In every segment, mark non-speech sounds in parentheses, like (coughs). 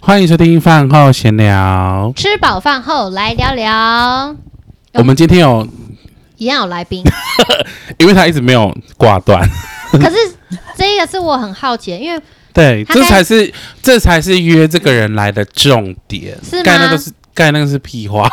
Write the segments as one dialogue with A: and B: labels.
A: 欢迎收听饭后闲聊。
B: 吃饱饭后来聊聊，
A: 我们今天有，
B: 一样有
A: (laughs)
B: 来宾。
A: 因为他一直没有挂断，
B: 可是这个是我很好奇的，因为
A: (laughs) 对，
B: 他
A: 这
B: 该
A: 才是这才是约这个人来的重点。
B: 是吗
A: 盖那都是盖那个是屁 (laughs) 话。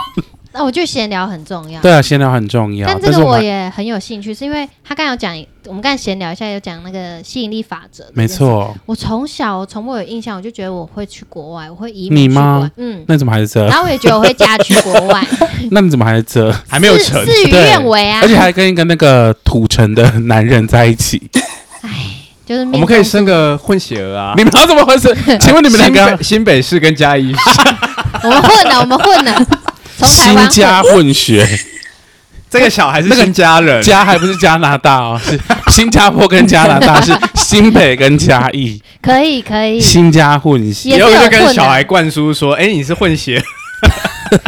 B: 那呃我觉得闲聊很重要。
A: 对啊，闲聊很重要，
B: 但
A: 但
B: 这
A: 是
B: 个
A: 我
B: 我
A: 们
B: 也很有兴趣，是因为他刚才有讲，我们刚才闲聊一下，有讲那个吸引力法则。
A: 没，错。
B: 我从小从我有印象，我就觉得我会去国外，我会移
A: 你
B: 民去
A: 吗
B: 国外。嗯，
A: 那你怎么还是这
B: 然？后我也觉得我会嫁去国外，
A: (laughs) 那你怎么 (laughs) 还是这？
C: 还没有
B: 事
C: 成，
B: 事与
A: 对
B: 愿违啊
A: 而。且还跟一个那个土城的男人在一 (laughs) 起，
B: 就是
C: 我
B: 命
C: 们可以
B: 中
C: 生个混血儿啊
A: 你。们要怎么回 (laughs) 事？请问你们两
C: 新
A: 个
C: 北新北市跟嘉义市
B: 我们混了，我们混了，从台
A: 新
B: 湾
A: 家
B: 混。
A: 混 (laughs) 血，
C: (laughs) 这个小孩是新家人，
A: 家还不是加拿大哦，是新加坡跟加拿大，是新北跟 (laughs) 嘉义，
B: 可以可以，
A: 新家混血。
B: 也
C: 以
B: 是
C: 后
B: 有
C: 就
B: 混
C: 跟
B: 的
C: 小。孩灌输说：“哎，你是混 (laughs) 血。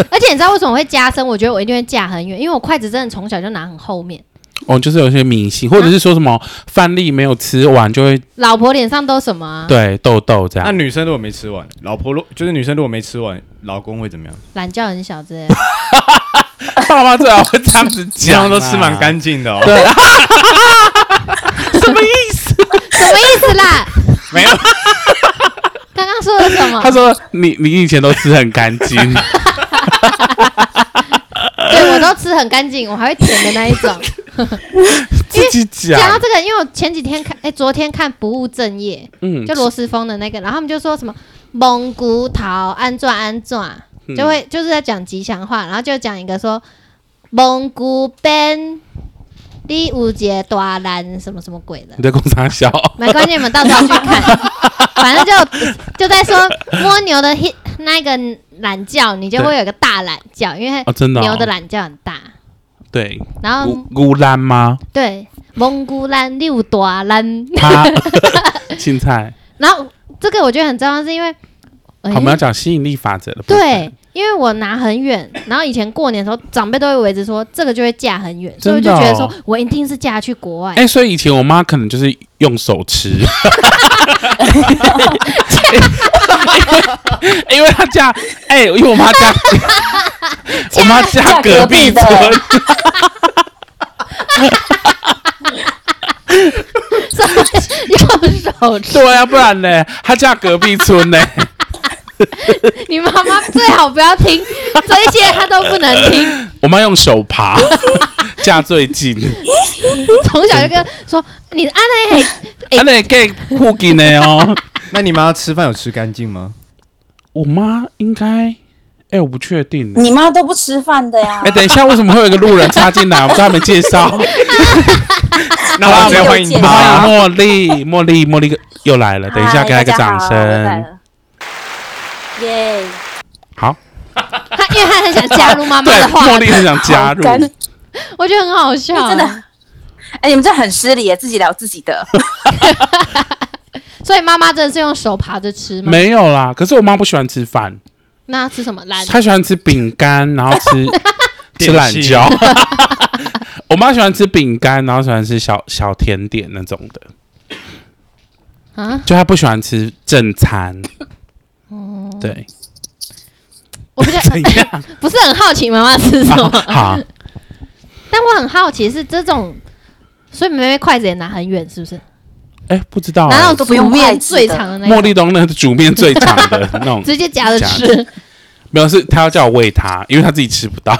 B: 而且你知道为什么我会加深？我觉得我一定会嫁很远，因为我筷子真的从小就拿很后面，
A: 哦，就是有些迷信，或者是说什么饭粒没有吃完就会
B: 老婆脸上都什
A: (laughs)
B: 么啊、
A: 对痘痘这”
C: 那
A: 样。
C: 女生如果没吃完，老婆如就是女生如果没吃完，老公会怎么样？
B: 懒觉很小之类的。
A: 啊爸妈最好会这样子
C: (laughs) 这样
A: 讲，啊 (laughs)
C: 都吃蛮。干净的哦。
A: 对，
B: 什么意思啦？
C: (laughs) 没有，
B: 刚刚说的什么？
A: (laughs) 他说你你以前都吃很干
B: (laughs)
A: 净，
B: 对我都吃很干净，我还会舔的
A: (laughs)
B: 那一种。
A: 自己
B: 讲到
A: 讲，
B: 这个，因为我前几天看，哎、昨天看《不务正业
A: 嗯》，
B: 就罗斯峰的那个，然后他们就说什么蒙古桃安转安转，
A: 嗯
B: 就会就是在讲吉祥话，然后就讲一个说蒙古边第五节大蓝什么什么鬼的
A: 你，在工厂小，
B: 没关系，你们到时候去
A: (laughs)
B: 看。反正就就在说摸牛的 hit 那个懒觉，你就会有一个大懒觉，因为
A: 哦真的哦
B: 牛的嗯懒觉很大。
A: 对，
B: 然后
A: 乌乌兰吗？
B: 对蒙古懒六大懒， (laughs)
A: 他 (laughs) 青菜，
B: 然后这个我觉得很重要，是因为、 (laughs) 哎
A: 好，我们要讲吸引力法则的部分。
B: 对，因为我拿很远，然后以前过年的时候，长辈都会围着说这个就会嫁很远，所以我
A: 真
B: 就
A: 的哦
B: 觉得说我一定是嫁去国外。
A: 哎、所以以前我妈可能就是用手 (laughs) 吃，因为 (laughs) 因为她家，哎、因为我妈 (laughs) 家，我妈家隔壁村，(laughs)
B: 所以用手吃，
A: 对啊，不然呢，她家隔壁村呢，
B: (laughs) 你妈妈最好不要听这一些，她都不能听。
A: 我妈用手扒，嫁最 (laughs) 近，
B: (laughs) 从小就跟说你安内嘿，哎
A: 啊，那给户籍呢哦，
C: (laughs) 那你妈吃饭有吃干净吗？
A: 我妈应该，哎、我不确定、
D: 你妈都不吃饭的呀
A: 哎、？等一下，为什么会有一个路人插进来？我们都还没介绍。
C: (laughs) 那我们直接欢迎
D: 好
C: 她。
A: 欢迎茉莉，茉莉，茉莉又来了，等一下
D: 嗨
A: 给她一个
D: 大家
A: 掌
D: 好我来
A: 声。
D: 了耶！
A: 好，
B: 他因为他很想加入妈妈
A: 对，
B: 的话
A: 茉，莉很想加入
D: 好，干
B: 我觉得很好笑，
D: 真的。哎，你们这很失礼耶，自己聊自己
A: (laughs)
D: 的。
B: 所以妈妈真的是用手扒着吃吗？
A: 没有啦。可是我妈不喜欢吃饭，
B: 那吃什么蓝？
A: 她喜欢吃饼干，然后
C: (laughs)
A: 吃吃懒
C: 点心
A: 觉。 (laughs) 我妈喜欢吃饼干，然后喜欢吃小小甜点那种的，
B: 啊，
A: 就她不喜欢吃正餐。
D: 哦
A: 对，
B: 我比较
A: 怎样？
B: 不是很好奇妈妈吃
A: (laughs)
B: 什么，
A: 好，
B: 但我很好奇是这种，所以妹妹筷子也拿很远，是不是？
A: 哎，不知道欸。
B: 拿到
D: 都
B: 煮
D: 不用筷
B: 面
D: 子
B: 最
D: 的
B: 长的那
A: 茉
B: 个，
A: 莉东那个煮面最长的那
D: (laughs)
A: 种，
B: 直接夹着
A: 夹
B: 吃，
A: 没有是她要叫我喂她，因为她自己吃不到。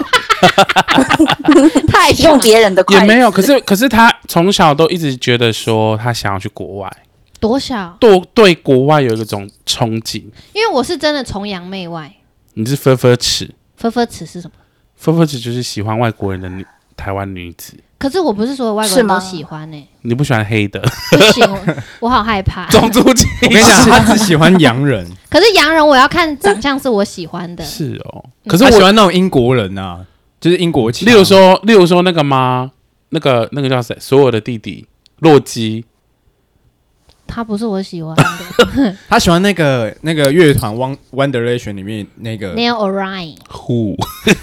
B: 太
D: 用
B: 爽，
D: 别人的筷
A: 也
D: 子
A: 没有，可 (laughs) 是可是他从小都一直觉得说他想要去国外，
B: 多小？
A: 对对国外有一种憧憬。
B: 因为我是真的崇洋媚外，
A: 你是菲菲尺，
B: 分分尺是什么？
A: 菲菲尺就是喜欢外国人的女台湾女子，
B: 可是我不是所有外国
D: 是
B: 人
D: 吗
B: 都喜欢呢、
A: 你不喜欢黑的
B: 不行，我 (laughs) 我好害怕。
A: 种族歧视。
C: 我跟 (laughs) 你
A: (laughs)
C: 讲，她只喜欢洋 (laughs) 人，
B: 可是洋人我要看长相是我喜欢的，
A: 是哦，可是
C: 她喜
A: 我
C: 欢那种英国人啊，就是英国腔。
A: 例如说，例如说那个吗？那个那个叫谁？所有的弟弟洛基，
B: 他不是我
A: (laughs)
B: 喜欢的
C: 他喜欢那个那个乐团 One One Direction 里面那个，
B: ，Neil Orion，
A: Who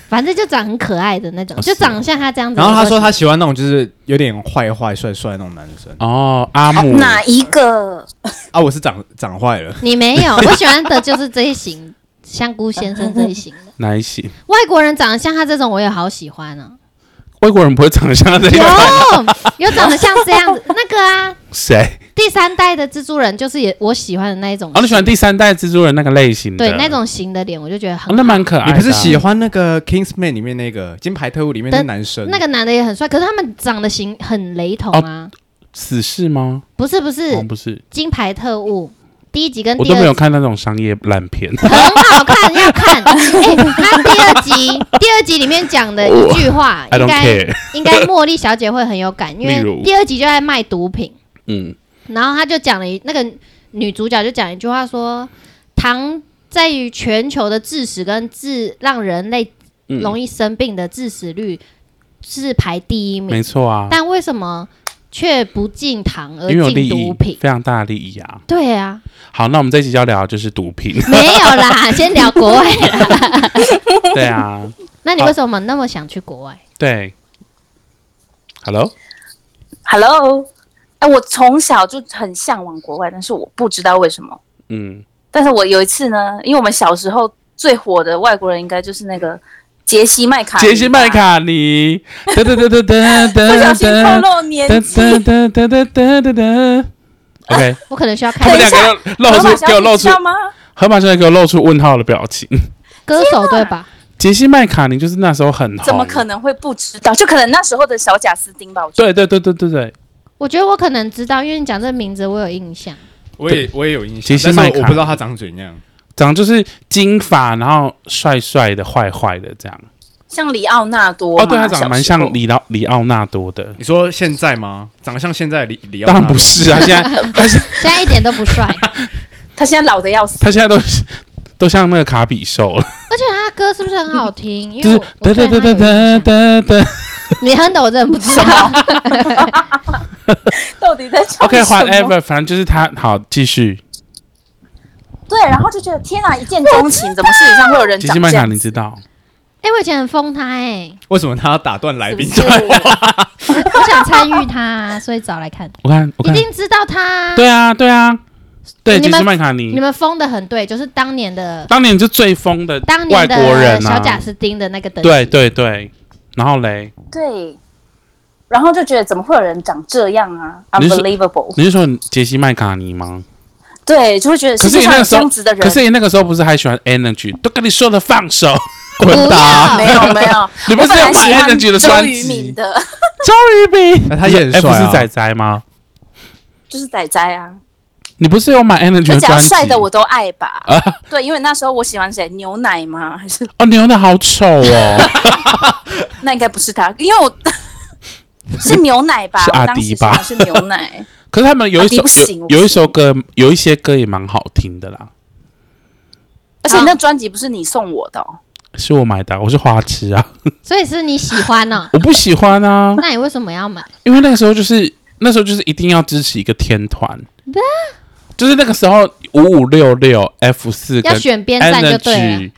B: 反正就长很可爱的那种，
A: 哦
B: 就是
A: 哦
B: 长像他这样子。
C: 然后他说他喜欢那种就是有点坏坏帅帅那种男生
A: 哦，阿姆
D: 哪一个？
C: 啊，我是长长坏了，
B: 你没有， (laughs) 我喜欢的就是这一型，香菇先生这
A: (laughs)
B: 一型的。
A: 哪一型？
B: 外国人长得像他这种，我也好喜欢
A: (laughs)
B: 啊。
A: 外国人不会长得像这个
B: 有有长得像这样子，那个啊，
A: 谁？
B: 第三代的蜘蛛人就是也我喜欢的那一种
A: 哦，你喜欢第三代蜘蛛人那个类型的？
B: 对那种型的脸，我就觉得很
A: 哦，那蛮可爱的
C: 你
A: 啊。
C: 不是喜欢那个 Kingsman 里面那个金牌特务里面的男生？
B: 那个男的也很帅，可是他们长得型很雷同啊。
A: 死侍吗？
B: 不是不是，
A: 哦，不是，
B: 金牌特务》第一集跟
A: 我
B: 第
A: 都没有
B: 二集
A: 看那种商业烂片。
B: 很好看，要看。哎、他第二
A: (laughs)
B: 集第二集里面讲的一句话
A: I
B: 应
A: don't
B: 该
A: care。
B: 应该茉莉小姐会很有感，
A: (laughs)
B: 因
A: 例
B: 为
A: 如
B: 第二集就在卖毒品。
A: 嗯，
B: 然后他就讲了一那个女主角就讲一句话说：“糖在于全球的致死跟致让人类
A: 嗯
B: 容易生病的致死率是排第一名，
A: 没错啊，
B: 但为什么却不进糖而
A: 因为有利
B: 进毒
A: 益
B: 品，
A: 非常大的利益啊。？”
B: 对啊，
A: 好，那我们这一集就要聊的就是毒品。 (laughs)
B: 没有啦，先聊国外啦。
A: 对啊，
B: 那你为什么那么想去国外？
A: 对。Hello，
D: Hello，哎、我从小就很向往国外，但是我不知道为什么。
A: 嗯，
D: 但是我有一次呢，因为我们小时候最火的外国人应该就是那个杰西麦卡，
A: 杰西麦，卡尼，噔噔噔噔
D: (laughs)
A: 噔
D: 不小
A: 噔
D: 心透
A: 噔
D: 露年
A: 噔
D: 纪。
A: 噔噔噔噔噔噔噔。OK，
D: (laughs)
B: 我可能需要
A: 他
B: 看
A: 们
D: 等一
A: 两
D: 下
A: 个露
D: 河马
A: 露出
D: 小
A: 给我
D: 姐
A: 露
D: 知
A: 出
D: 道吗？
A: 河马现在给我露出问号的表情。
B: 歌手对吧？
A: 杰西麦卡尼就是那时候很红，
D: 怎么可？能会不知道？就可能那时候的小贾斯汀吧，我觉得。
A: 对对对对对对，
B: 我觉得我可能知道，因为你讲这名字我有印象。
C: 我也我也有印
A: 其
C: 象，
A: 实
C: 但
A: 麦
C: 是
A: 卡
C: 我我不知道他长怎样。
A: 长就是金发，然后帅帅的、坏坏的这样。
D: 像里奥纳多
A: 哦，
D: 嘛
A: 对，他长得蛮
D: 小时候
A: 像里奥里奥纳多的。
C: 你说现在吗？长得像现在李李奥
A: 当
C: 纳多？
A: 然不是啊，现
B: (laughs)
A: 在
B: 现在一点都不
A: (laughs)
B: 帅，
D: 他现在老的要死。
A: 他现在都是都像那个卡比兽了，
B: 而且他歌是不是很好听？因
A: 就
B: 为
A: 是
B: 我
A: 哒哒
B: 我对
A: 哒
B: 他
A: 哒
B: 有印象
A: 哒哒
B: (laughs)
A: 哒。
B: 你哼的我真的不知道。
D: 到底在唱
A: OK
D: 什么
A: whatever，反正就是他。好，继续。
D: 对，然后就觉得天哪，一见钟情，怎么世界上会
A: (laughs)
D: 有人
A: 杰
D: 长
A: 西
D: 这
A: 麦卡，
D: 样
A: 你
D: 子？
A: 知道？
B: 哎、我以前很疯他哎、
C: 为什么他要打断来宾？
B: 是不是我想参与他，所以找来看。
A: 我看我
B: 一
A: 看，
B: 定知道他。
A: 对啊对啊，对
B: 你
A: 杰
B: 们
A: 西麦卡
B: 你
A: 尼，
B: 们疯的很对，就是当年的
A: 当年就最疯的
B: 当
A: 外
B: 年
A: 国
B: 的
A: 人
B: 小贾
A: 啊，
B: 斯汀的那个等级。
A: 对对对。然后嘞，
D: (laughs) 对，然后就觉得怎么会有人长这样啊
A: 你是
D: ？Unbelievable！
A: 你是说杰西麦卡尼吗？
D: 对，就会觉得世
A: 可是
D: 界
A: 你
D: 上
A: 那个
D: 有
A: 时
D: 这
A: 候
D: 样子的人。
A: 可是你那个时候不是还喜欢 Energy？都跟你说了放
D: (laughs)
A: 手，
B: 不
A: 滚
B: 要
A: 打！啊
D: 没有没有，
A: (laughs) 你不
D: 我
A: 是
D: 本
A: 要
D: 来喜
A: 买
D: 欢
A: Energy 的
D: 周
A: 专
D: 渝民
A: 辑？
D: 的，
A: 周渝民，
C: 那他也很
A: 哎不
C: 帅啊
A: 是仔仔吗？
D: (laughs) 就是仔仔啊，
A: 你不是有买 Energy
D: 就
A: 的
D: 只要
A: 专辑？
D: 帅的我都爱
A: (laughs)
D: 吧。
A: 啊，
D: 对，因为那时候我喜欢谁，牛奶吗？还是
A: 哦，牛的好丑
D: (laughs)
A: 哦，
D: 那应该不是他，因为我
A: (laughs)
D: 是牛奶吧？
A: 是
D: 我
A: 阿
D: 当时
A: 迪吧
D: 想的是牛
A: (laughs)
D: 奶。
A: 可是他们有一首
D: 啊你不行
A: 有
D: 我不行
A: 有一首歌，有一些歌也蛮好听的啦，
D: 而且那专辑不是你送我的、哦，
A: 是我买的啊，我是花痴啊，。
B: 所以是你喜欢哦
A: (laughs) 我不喜欢
D: (laughs)
A: 啊，
B: 那你为什么要买？
A: 因为那个时候就是那时候就是一定要支持一个天团，
D: 啊
A: 就是那个时候五五六六 F 四跟
B: 要选边站就对了。
A: Energy，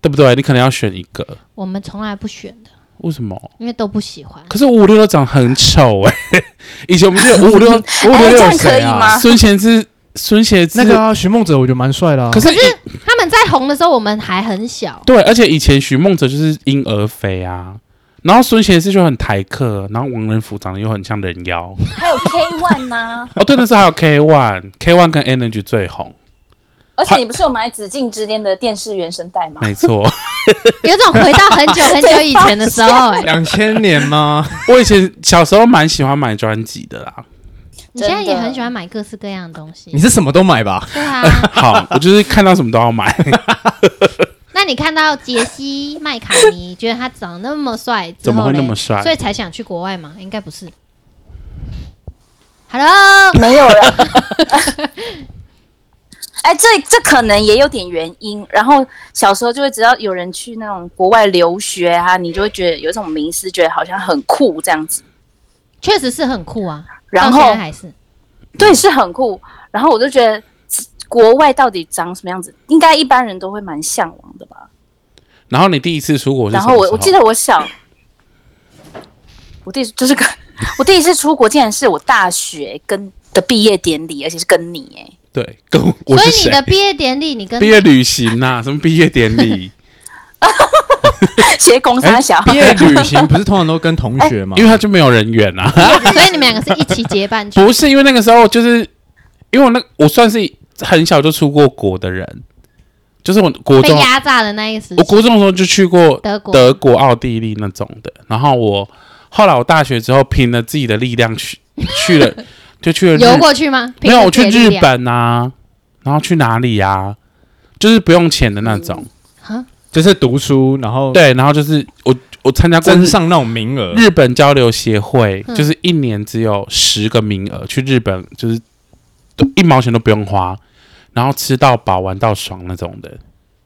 A: 对不对？你可能要选一个，
B: 我们从来不选的，
A: 为什么？
B: 因为都不喜欢。
A: 可是五五六六长很丑哎、 (laughs) 以前我们就有五五六五五
D: (laughs) 哎
A: 六
D: 这
A: 六
D: 样可以吗？
A: 孙贤志、孙贤志
C: (laughs) 那个啊徐梦哲，我觉得蛮帅的啊。
A: 可是
B: 可是他们在红的时候，我们还很小。
A: 对，而且以前徐梦哲就是婴儿肥啊，然后孙贤志就很台客，然后王仁甫长得又很像人妖。 (laughs)
D: 还有 K One 啊呐、
A: 哦，对，那时候还有 K One，K One 跟 Energy 最红，
D: 而且你不是有买《紫禁之巅》的电视原声带吗？
A: 没
D: (laughs)
A: 错。
B: 有种回到很久很久以前的时候、
A: (laughs)
B: 哎，
C: 两千年吗？
A: 我以前小时候蛮喜欢买专辑的啦。
B: 你现在也
D: 真的
B: 很喜欢买各式各样的东西
C: (laughs) 你。是什么都买吧？
B: 对
A: (laughs)
B: 啊，
A: 好，我就是看到什么都要买。 (laughs)
B: 那你看到杰西麦卡尼，觉得他长得那么帅，之
A: 怎么
B: 后
A: 会
B: 嘞
A: 那么帅
B: 所以才想去国外嘛？应该不是。Hello，
D: 没有了。 (laughs) 哎，这这可能也有点原因。然后小时候就会知道有人去那种国外留学啊，你就会觉得有一种迷思，觉得好像很酷这样子。
B: 确实是很酷啊，
D: 然
B: 到现
D: 后
B: 在还是
D: 对，是很酷。然后我就觉得国外到底长什么样子，应该一般人都会蛮向往的吧。
A: 然后你第一次出国是
D: 然
A: 什么
D: 后
A: 时候？
D: 我我记得我小，我第一次就是跟我第一次出国，竟然是我大学跟的毕业典礼，而且是跟你哎、
A: 对，跟我我
B: 所
A: 是
B: 以你
A: 谁
B: 的毕业典礼，你跟
A: 毕业旅行呐、什么毕业典礼？
D: 其实公
C: 哎
D: 三小，
C: (laughs) 毕业旅行不是通常都跟同学吗
B: (laughs)
A: 因？为他就没有人缘啊。
B: 所以你们两个是一起结伴
A: (laughs)
B: 去。
A: 不是因为那个时候，就是因为我那我算是很小就出过国的人，就是 (laughs) 我国
B: 被
A: 中，
B: 压榨的那一时期，
A: 我国中的时候就去过
B: 德国
A: 德国、奥地利那种的。然后我后来我大学之后，凭了自己的力量去 (laughs) 去了，就去了日
B: 游过去吗？
A: 没有我去
B: 凭着自己的
A: 日
B: 力量，
A: 本啊，然后去哪里啊？就是不用钱的那种，
C: 就是读书，然
B: 嗯
C: 后
A: 对。然后就是我我参加过
C: 争
A: 日
C: 上那种名额。
A: 日本交流协会，
B: 嗯
A: 就是一年只有十个名额，去日本就是都一毛钱都不用花，然后吃到饱玩到爽那种的。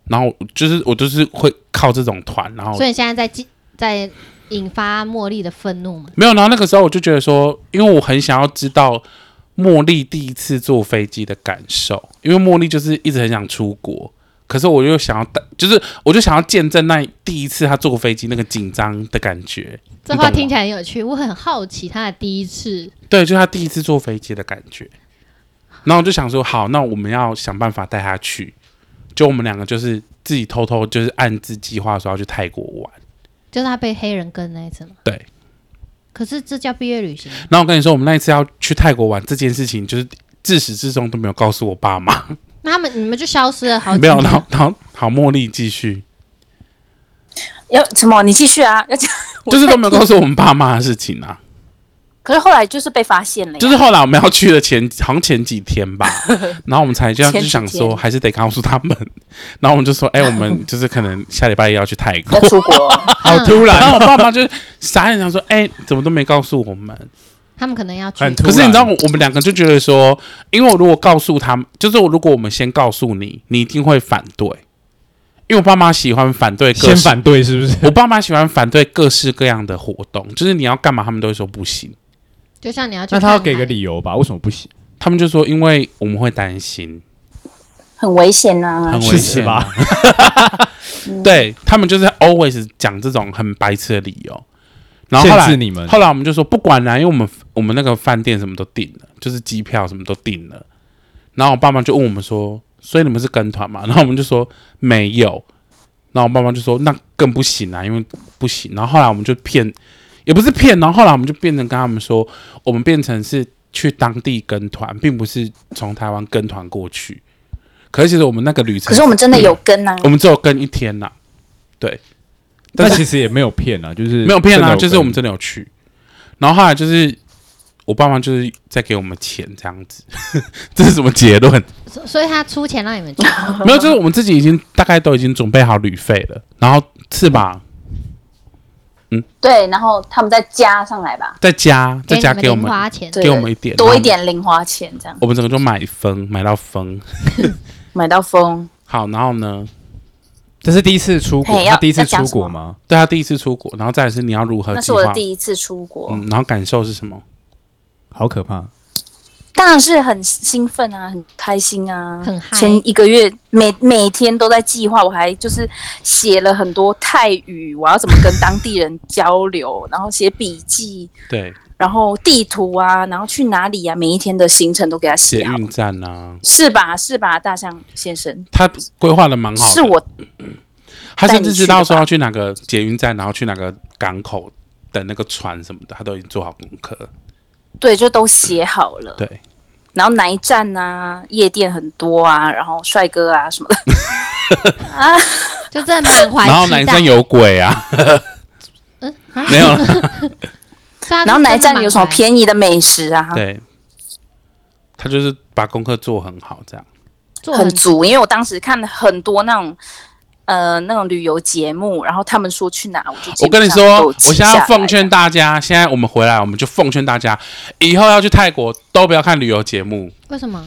A: 然后就是我就是会靠这种团，然后
B: 所以你现在在激在引发茉莉的愤怒吗？
A: 没有。然后那个时候我就觉得说，因为我很想要知道茉莉第一次坐飞机的感受，因为茉莉就是一直很想出国，可是我又想要带，就是我就想要见证那第一次她坐飞机那个紧张的感觉。
B: 这
A: 你
B: 话
A: 懂
B: 听
A: 吗
B: 起来很有趣，我很好奇他的第一次。
A: 对，就他第一次坐飞机的感觉。然后我就想说，好，那我们要想办法带他去。就我们两个就是自己偷偷就是暗自计划说要去泰国玩。
B: 就是他被黑人跟那一次嘛。
A: 对。
B: 可是这叫毕业旅行吗，
A: 然后我跟你说，我们那一次要去泰国玩这件事情，就是自始至终都没有告诉我爸妈，
B: 那他们你们就消失 (laughs) 了好几
A: 没有。
B: 年
A: 然后，然后，好，茉莉继续，
D: 要什么？你继续啊，要讲。我
A: 就是都没有
D: 在听
A: 告诉我们爸妈的事情啊。
D: 可是后来就是被发现了呀，
A: 就是后来我们要去的前，好像前几天吧，然后我们才这样就
D: 前几
A: 想说，
D: 天
A: 还是得告诉他们。然后我们就说，哎、我们就是可能下礼拜也要去泰国
D: 要。出国。
A: (laughs)
C: 好突
A: 然
C: 然，
A: 后我爸妈就傻眼，想说：“哎、怎么都没告诉我们
B: 他们可能要去。
C: 很突
A: 可
C: 然
A: 是你知道，我们两个就觉得说，因为我如果告诉他们，就是我如果我们先告诉你，你一定会反对，因为我爸妈喜欢反对各
C: 先
A: 式，
C: 反对是不是？
A: 我爸妈喜欢反对各式各样的活动，就是你要干嘛，他们都会说不行，
B: 就像你要去
C: 那
B: 看海，
C: 他要给个理由吧？为什么不行？
A: 他们就说因为我们会担心，
D: 很危险呐、
A: 很
D: 啊！
A: 危
C: 去死
A: 险
C: 吧。
A: (laughs) 对他们就是 always 讲这种很白痴的理由，然后后
C: 限
A: 来
C: 制你们
A: 后来我们就说不管啦、因为我们我们那个饭店什么都订了，就是机票什么都订了。然后我爸妈就问我们说，所以你们是跟团嘛？然后我们就说没有。然后我爸妈就说那更不行啊，因为不行。然后后来我们就骗，也不是骗，然后后来我们就变成跟他们说，我们变成是去当地跟团，并不是从台湾跟团过去。可是其实我们那个旅程，嗯
D: 可是我们真的有跟啊，
A: 我们只有跟一天呐、
C: 但其实也没有骗啊，就是
A: 没有骗啊，就是我们
C: 真
A: 真的有去。然后后来就是我爸妈就是在给我们钱这样子， (laughs) 这是什么结论？
B: 所所以他出钱让你
C: (laughs)
B: 们去。
A: 没有，就是我们自己已经大概都已经准备好旅费了，然后是吧？
D: 对，然后他们再加上来吧，
A: 再加再加
B: 给
A: 给
B: 你
A: 我
B: 们零
A: 们
B: 花钱，
D: 对
A: 给我们一点
D: 多一，点零花钱这
A: 然
D: 样
A: 后我们整个就买疯，买到疯。
D: 买到疯。
A: 好，然后呢？
C: 这是第一次出国，
D: 嘿要
C: 他第一次
D: 要讲
C: 出
D: 什么
C: 国吗？
A: 对他第一次出国，然后再来是你要如何
D: 那
A: 呃计
D: 是我的
A: 划？
D: 第一次出国，
A: 嗯，然后感受是什么？
C: 好可怕！
D: 当然是很兴奋啊，很开心啊，
B: 很嗨
D: 前一个月每每天都在计划，我还就是写了很多泰语，我要怎么跟当地人交流，然后写笔记，
A: 对，
D: 然后地图啊，然后去哪里啊，每一天的行程都给他
A: 捷
D: 写好，
A: 运站啊，
D: 是吧？是吧，大象先生，
A: 他规划的蛮好的。
D: 是我
A: 他甚至知道说要去哪个捷运站，然后去哪个港口等那个船什么的，他都已经做好功课。
D: 对，就都写好了。
A: 对，
D: 然后哪一站啊，夜店很多啊，然后帅哥啊什么的，
B: 就真的满怀期待。
A: 然后男生有鬼啊，
B: 嗯，啊
A: 没有啦，
B: 所以他
D: 然后哪一
B: 真的
D: 站
B: 满
D: 有什么
B: 怀
D: 便宜的美食啊，
A: 对，他就是把功课做很好，这样。
B: 做
D: 很足。因为我当时看了很多那种呃那种旅游节目，然后他们说去哪，我就基
A: 我跟你
D: 本上都
A: 说，
D: 有记
A: 我现在要
D: 下来
A: 奉劝大家，现在我们回来，我们就奉劝大家，以后要去泰国都不要看旅游节目，
B: 为什么？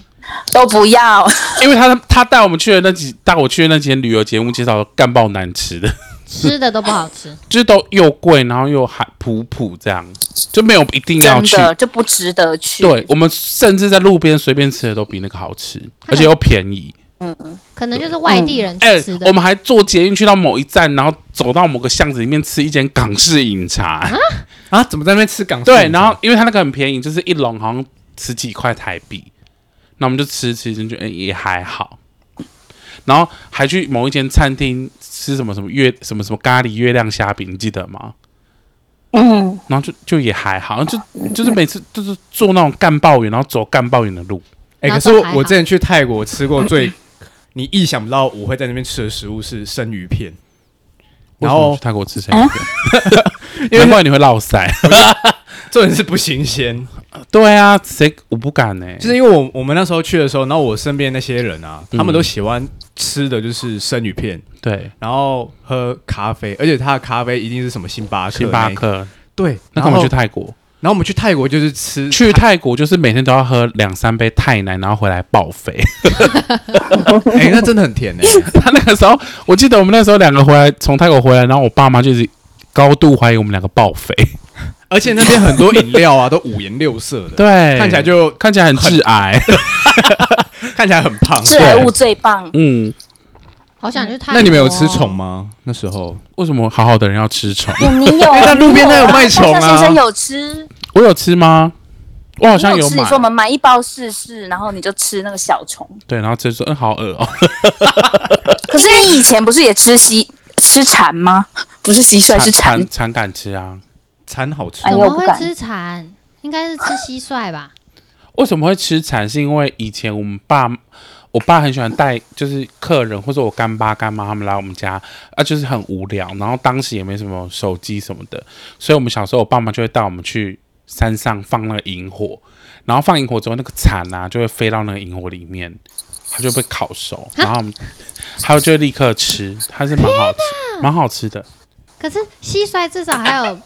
D: 都不要，
A: (laughs) 因为他他带我们去的那几带我去的那几天旅游节目介绍都干爆难吃的，
B: 吃的都不好 (laughs) 吃。
A: 就是都又贵，然后又还普普这样，就没有一定要
D: 真
A: 去。
D: 的就不值得去。
A: 对，我们甚至在路边随便吃的都比那个好吃，而且又便宜。
B: 可能就是外地人
A: 哎、
B: 吃的。
A: 我们还坐捷运去到某一站，然后走到某个巷子里面吃一间港式饮茶。
C: (laughs) 啊，怎么在那边吃港式
A: 对，然后因为它那个很便宜，就是一笼好像十几块台币，那我们就吃吃，就觉得、哎也还好。然后还去某一间餐厅吃什么什么月什么什么咖喱月亮虾饼，你记得吗？
D: 嗯，
A: 然后就就也还好，就就是每次就是坐那种干爆远，然后走干爆远的路，
C: 哎、
B: 然后
C: 可是
B: 都还
C: 我
B: 好
C: 我之前去泰国吃过最 (coughs) 你意想不到我会在那边吃的食物是生鱼片，
A: 为
C: 然
A: 什么
C: 后
A: 去泰国吃生鱼片，啊 (laughs) 因为不然你会落腮。
C: 重点是不新鲜，
A: 对啊，谁我不敢呢、欸
C: 就是因为我我们那时候去的时候，然后我身边那些人啊，他们
A: 嗯
C: 都喜欢吃的就是生鱼片，
A: 对
C: 然后喝咖啡，而且他的咖啡一定是什么星巴克那一
A: 星
C: 种，
A: 巴克。
C: 对，
A: 那干
C: 然后
A: 嘛去泰国？
C: 然后我们去泰国就是吃
A: 去泰国就是每天都要喝两三杯泰奶，然后回来报 (laughs) 废。
C: (laughs) 哎、那真的很甜哎、 (laughs)
A: 他那个时候，我记得我们那时候两个回来，从泰国回来，然后我爸妈就是高度怀疑我们两个报废。
C: 而且那边很多饮料啊都五颜六色的，
A: 对，
C: 看起来就
A: 看起来很致癌。
C: 看起来很胖。
D: 致癌物最棒。
A: 嗯，
B: 好想去泰国哦。
C: 那你们有
D: 啊
C: 吃虫吗？那时候
A: (laughs) 为什么好好的人要吃虫？
D: 有你
A: (laughs) 哎
D: 有，
C: 那路边
D: 你
C: 那有
D: 啊
C: 卖虫啊
D: 大象先生有吃，
A: 我有吃吗？我好像
D: 你有吃。
A: 买
D: 你。说我们买一包试试，然后你就吃那个小虫。
A: 对，然后就说嗯，好恶哦，
D: 可是你以前不是也吃蟋 (laughs) 吃蝉吗？不是蟋蟀是蝉
A: 蝉，蝉敢吃啊？
C: 餐好吃
D: 哎
B: 怎
D: 呦
B: 么
D: 我不
B: 会
D: 敢
B: 吃蝉？应该是吃蟋蟀吧？
A: 为什么会吃蝉？是因为以前我们爸，我爸很喜欢带，就是客人或者我干爸干妈他们来我们家啊，就是很无聊，然后当时也没什么手机什么的，所以我们小时候我爸妈就会带我们去山上放那个萤火，然后放萤火之后，那个蝉啊就会飞到那个萤火里面，它就被烤熟，
B: 啊
A: 然后我们它就会立刻吃，它是蛮好吃，蛮好吃的。
B: 可是蟋蟀至少还有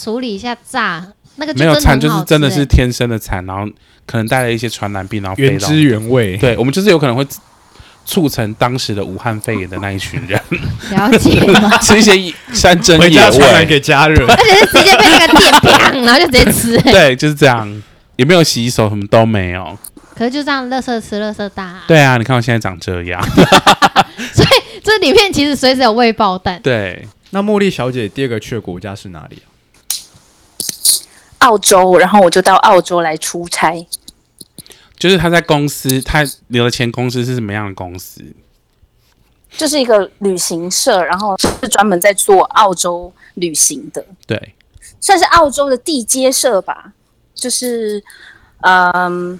B: 处理一下炸，那个就
A: 没有
B: 真的
A: 蚕
B: 很
A: 就是
B: 好
A: 真的
B: 吃
A: 是
B: 欸
A: 天生的蚕，然后可能带了一些传染病，然后飞
C: 原
A: 到。
C: 汁原味。
A: 对，我们就是有可能会促成当时的武汉肺炎的那一群
D: (laughs)
A: 人
B: 了解
A: (laughs)
B: 吗？
A: 吃一些山珍
C: 回
A: 野
C: 家传染
A: 味，
C: 给家
D: (laughs)
C: 人，
B: 而且是直接被那个电砰，然后就直接吃、欸。
A: 对，就是这样，也没有洗手，什么都没有。
B: 可是就这样，垃圾吃，垃圾大、
A: 对啊，你看我现在长这样，
B: 所以这里面其实随时有未爆弹。
A: 对，
C: 那茉莉小姐第二个去的国家是哪里啊？
D: 澳洲，然后我就到澳洲来出差。
A: 就是他在公司，他留的前公司是什么样的公司？
D: 就是一个旅行社，然后是专门在做澳洲旅行的，
A: 对，
D: 算是澳洲的地接社吧，就是嗯，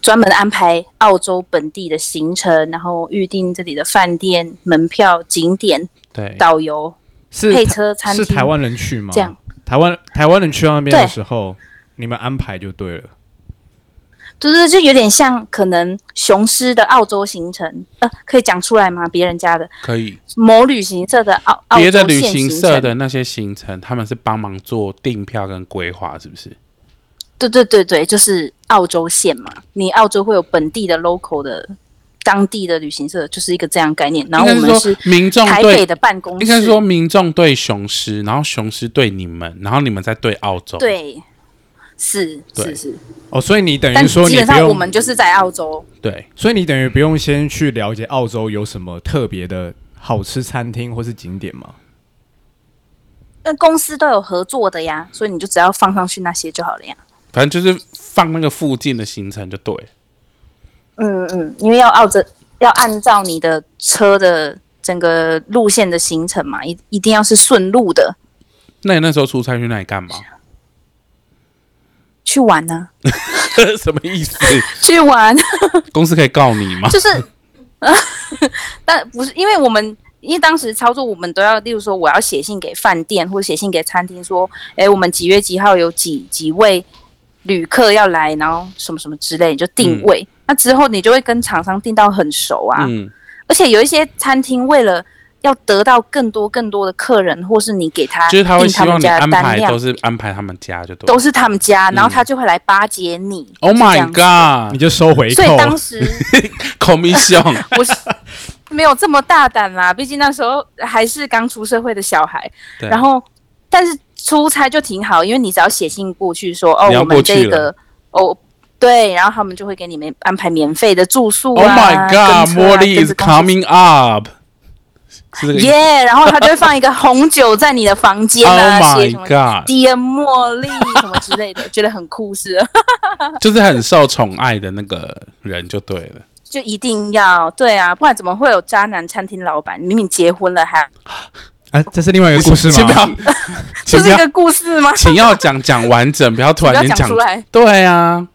D: 专门安排澳洲本地的行程，然后预定这里的饭店、门票、景点、
A: 对，
D: 导游
C: 是
D: 配
C: 台
D: 车餐
C: 是
D: 厅
C: 台湾人去吗？
D: 这样，
C: 台湾台湾人去到那边
D: 对
C: 的时候，你们安排就对了。
D: 对对，对就有点像可能雄狮的澳洲行程，呃，可以讲出来吗？别人家的
A: 可以。
D: 某旅行社的澳澳洲
A: 别的旅
D: 线
A: 行
D: 程
A: 社的那些行程，他们是帮忙做订票跟规划，是不是？
D: 对对对对，就是澳洲线嘛，你澳洲会有本地的 local 的当地的旅行社，就是一个这样概念。然后我
A: 应该
D: 们
A: 是
D: 是
A: 说民众
D: 台北
A: 对，
D: 的办公室，
A: 应该是说民众对雄狮，然后雄狮对你们，然后你们再对澳洲。
D: 对，是
A: 对
D: 是是，
C: 哦，所以你等
D: 但
C: 于说
D: 基
C: 你
D: 本
C: 不
D: 上我
C: 用，
D: 们就是在澳洲，
A: 对，
C: 所以你等于不用先去了解澳洲有什么特别的好吃餐厅或是景点吗？
D: 那公司都有合作的呀，所以你就只要放上去那些就好了呀。
A: 反正就是放那个附近的行程就对。
D: 嗯嗯，因为要澳洲要按照你的车的整个路线的行程嘛，一一定要是顺路的
A: 那你那时候出差去那里干嘛？ (laughs)
D: 去玩啊呢、
A: 什么意思？
D: 去玩。
A: 公司可以告你吗？
D: 就是， (laughs) 呃但不是因为我们，因为当时操作我们都要，例如说我要写信给饭店或者写信给餐厅说，哎，我们几月几号有几几位旅客要来，然后什么什么之类，你就定位。那之后你就会跟厂商定到很熟啊，
A: 嗯，
D: 而且有一些餐厅为了要得到更多更多的客人，或是你给他
A: 就是他会
D: 定
A: 希
D: 他
A: 望
D: 们
A: 你
D: 家
A: 安
D: 的单
A: 排都
D: 量，
A: 是安排他们家就对。
D: 都是他们家，然后
A: 嗯
D: 他就会来巴结你。
A: Oh
D: 是这
A: my
D: 样子 (laughs)
A: god！
C: 你就收回
D: 啊所以
C: 扣，
D: 当时 (laughs)
A: (laughs) commission
D: 我是没有这么大胆啦，毕竟那时候还是刚出社会的小孩。
A: 对
D: 然后，但是出差就挺好，因为你只要写信过去说，哦
A: 你，要
D: 我
A: 过
D: 们
A: 去
D: 这
A: 了
D: 个，哦，对，然后他们就会给你们安排免费的住宿啊。
A: ，Oh my
D: 跟
A: God，
D: 车啊
A: 茉莉
D: 跟
A: is
D: 着
A: coming up，是这个意思
D: 耶然后他就会放一个红酒在你的房间啊，
A: Oh
D: 写什么
A: my God，
D: “Dear 茉莉”什么之类的， (laughs) 觉得很酷是了，
A: 就是很受宠爱的那个人就对
D: (laughs)
A: 了。
D: 就一定要对啊，不然怎么会有渣男餐厅老板？明明结婚了还，
C: 啊，这是另外一个故事
A: 请不
C: 吗？
A: 要，请
D: 这
A: 不
D: 是一
A: 要，
D: 个故事吗？
A: 请要讲讲完整，不要突
D: 不
A: 然
D: 要
A: 间
D: 讲出来。
A: 对
D: (laughs)
A: 啊，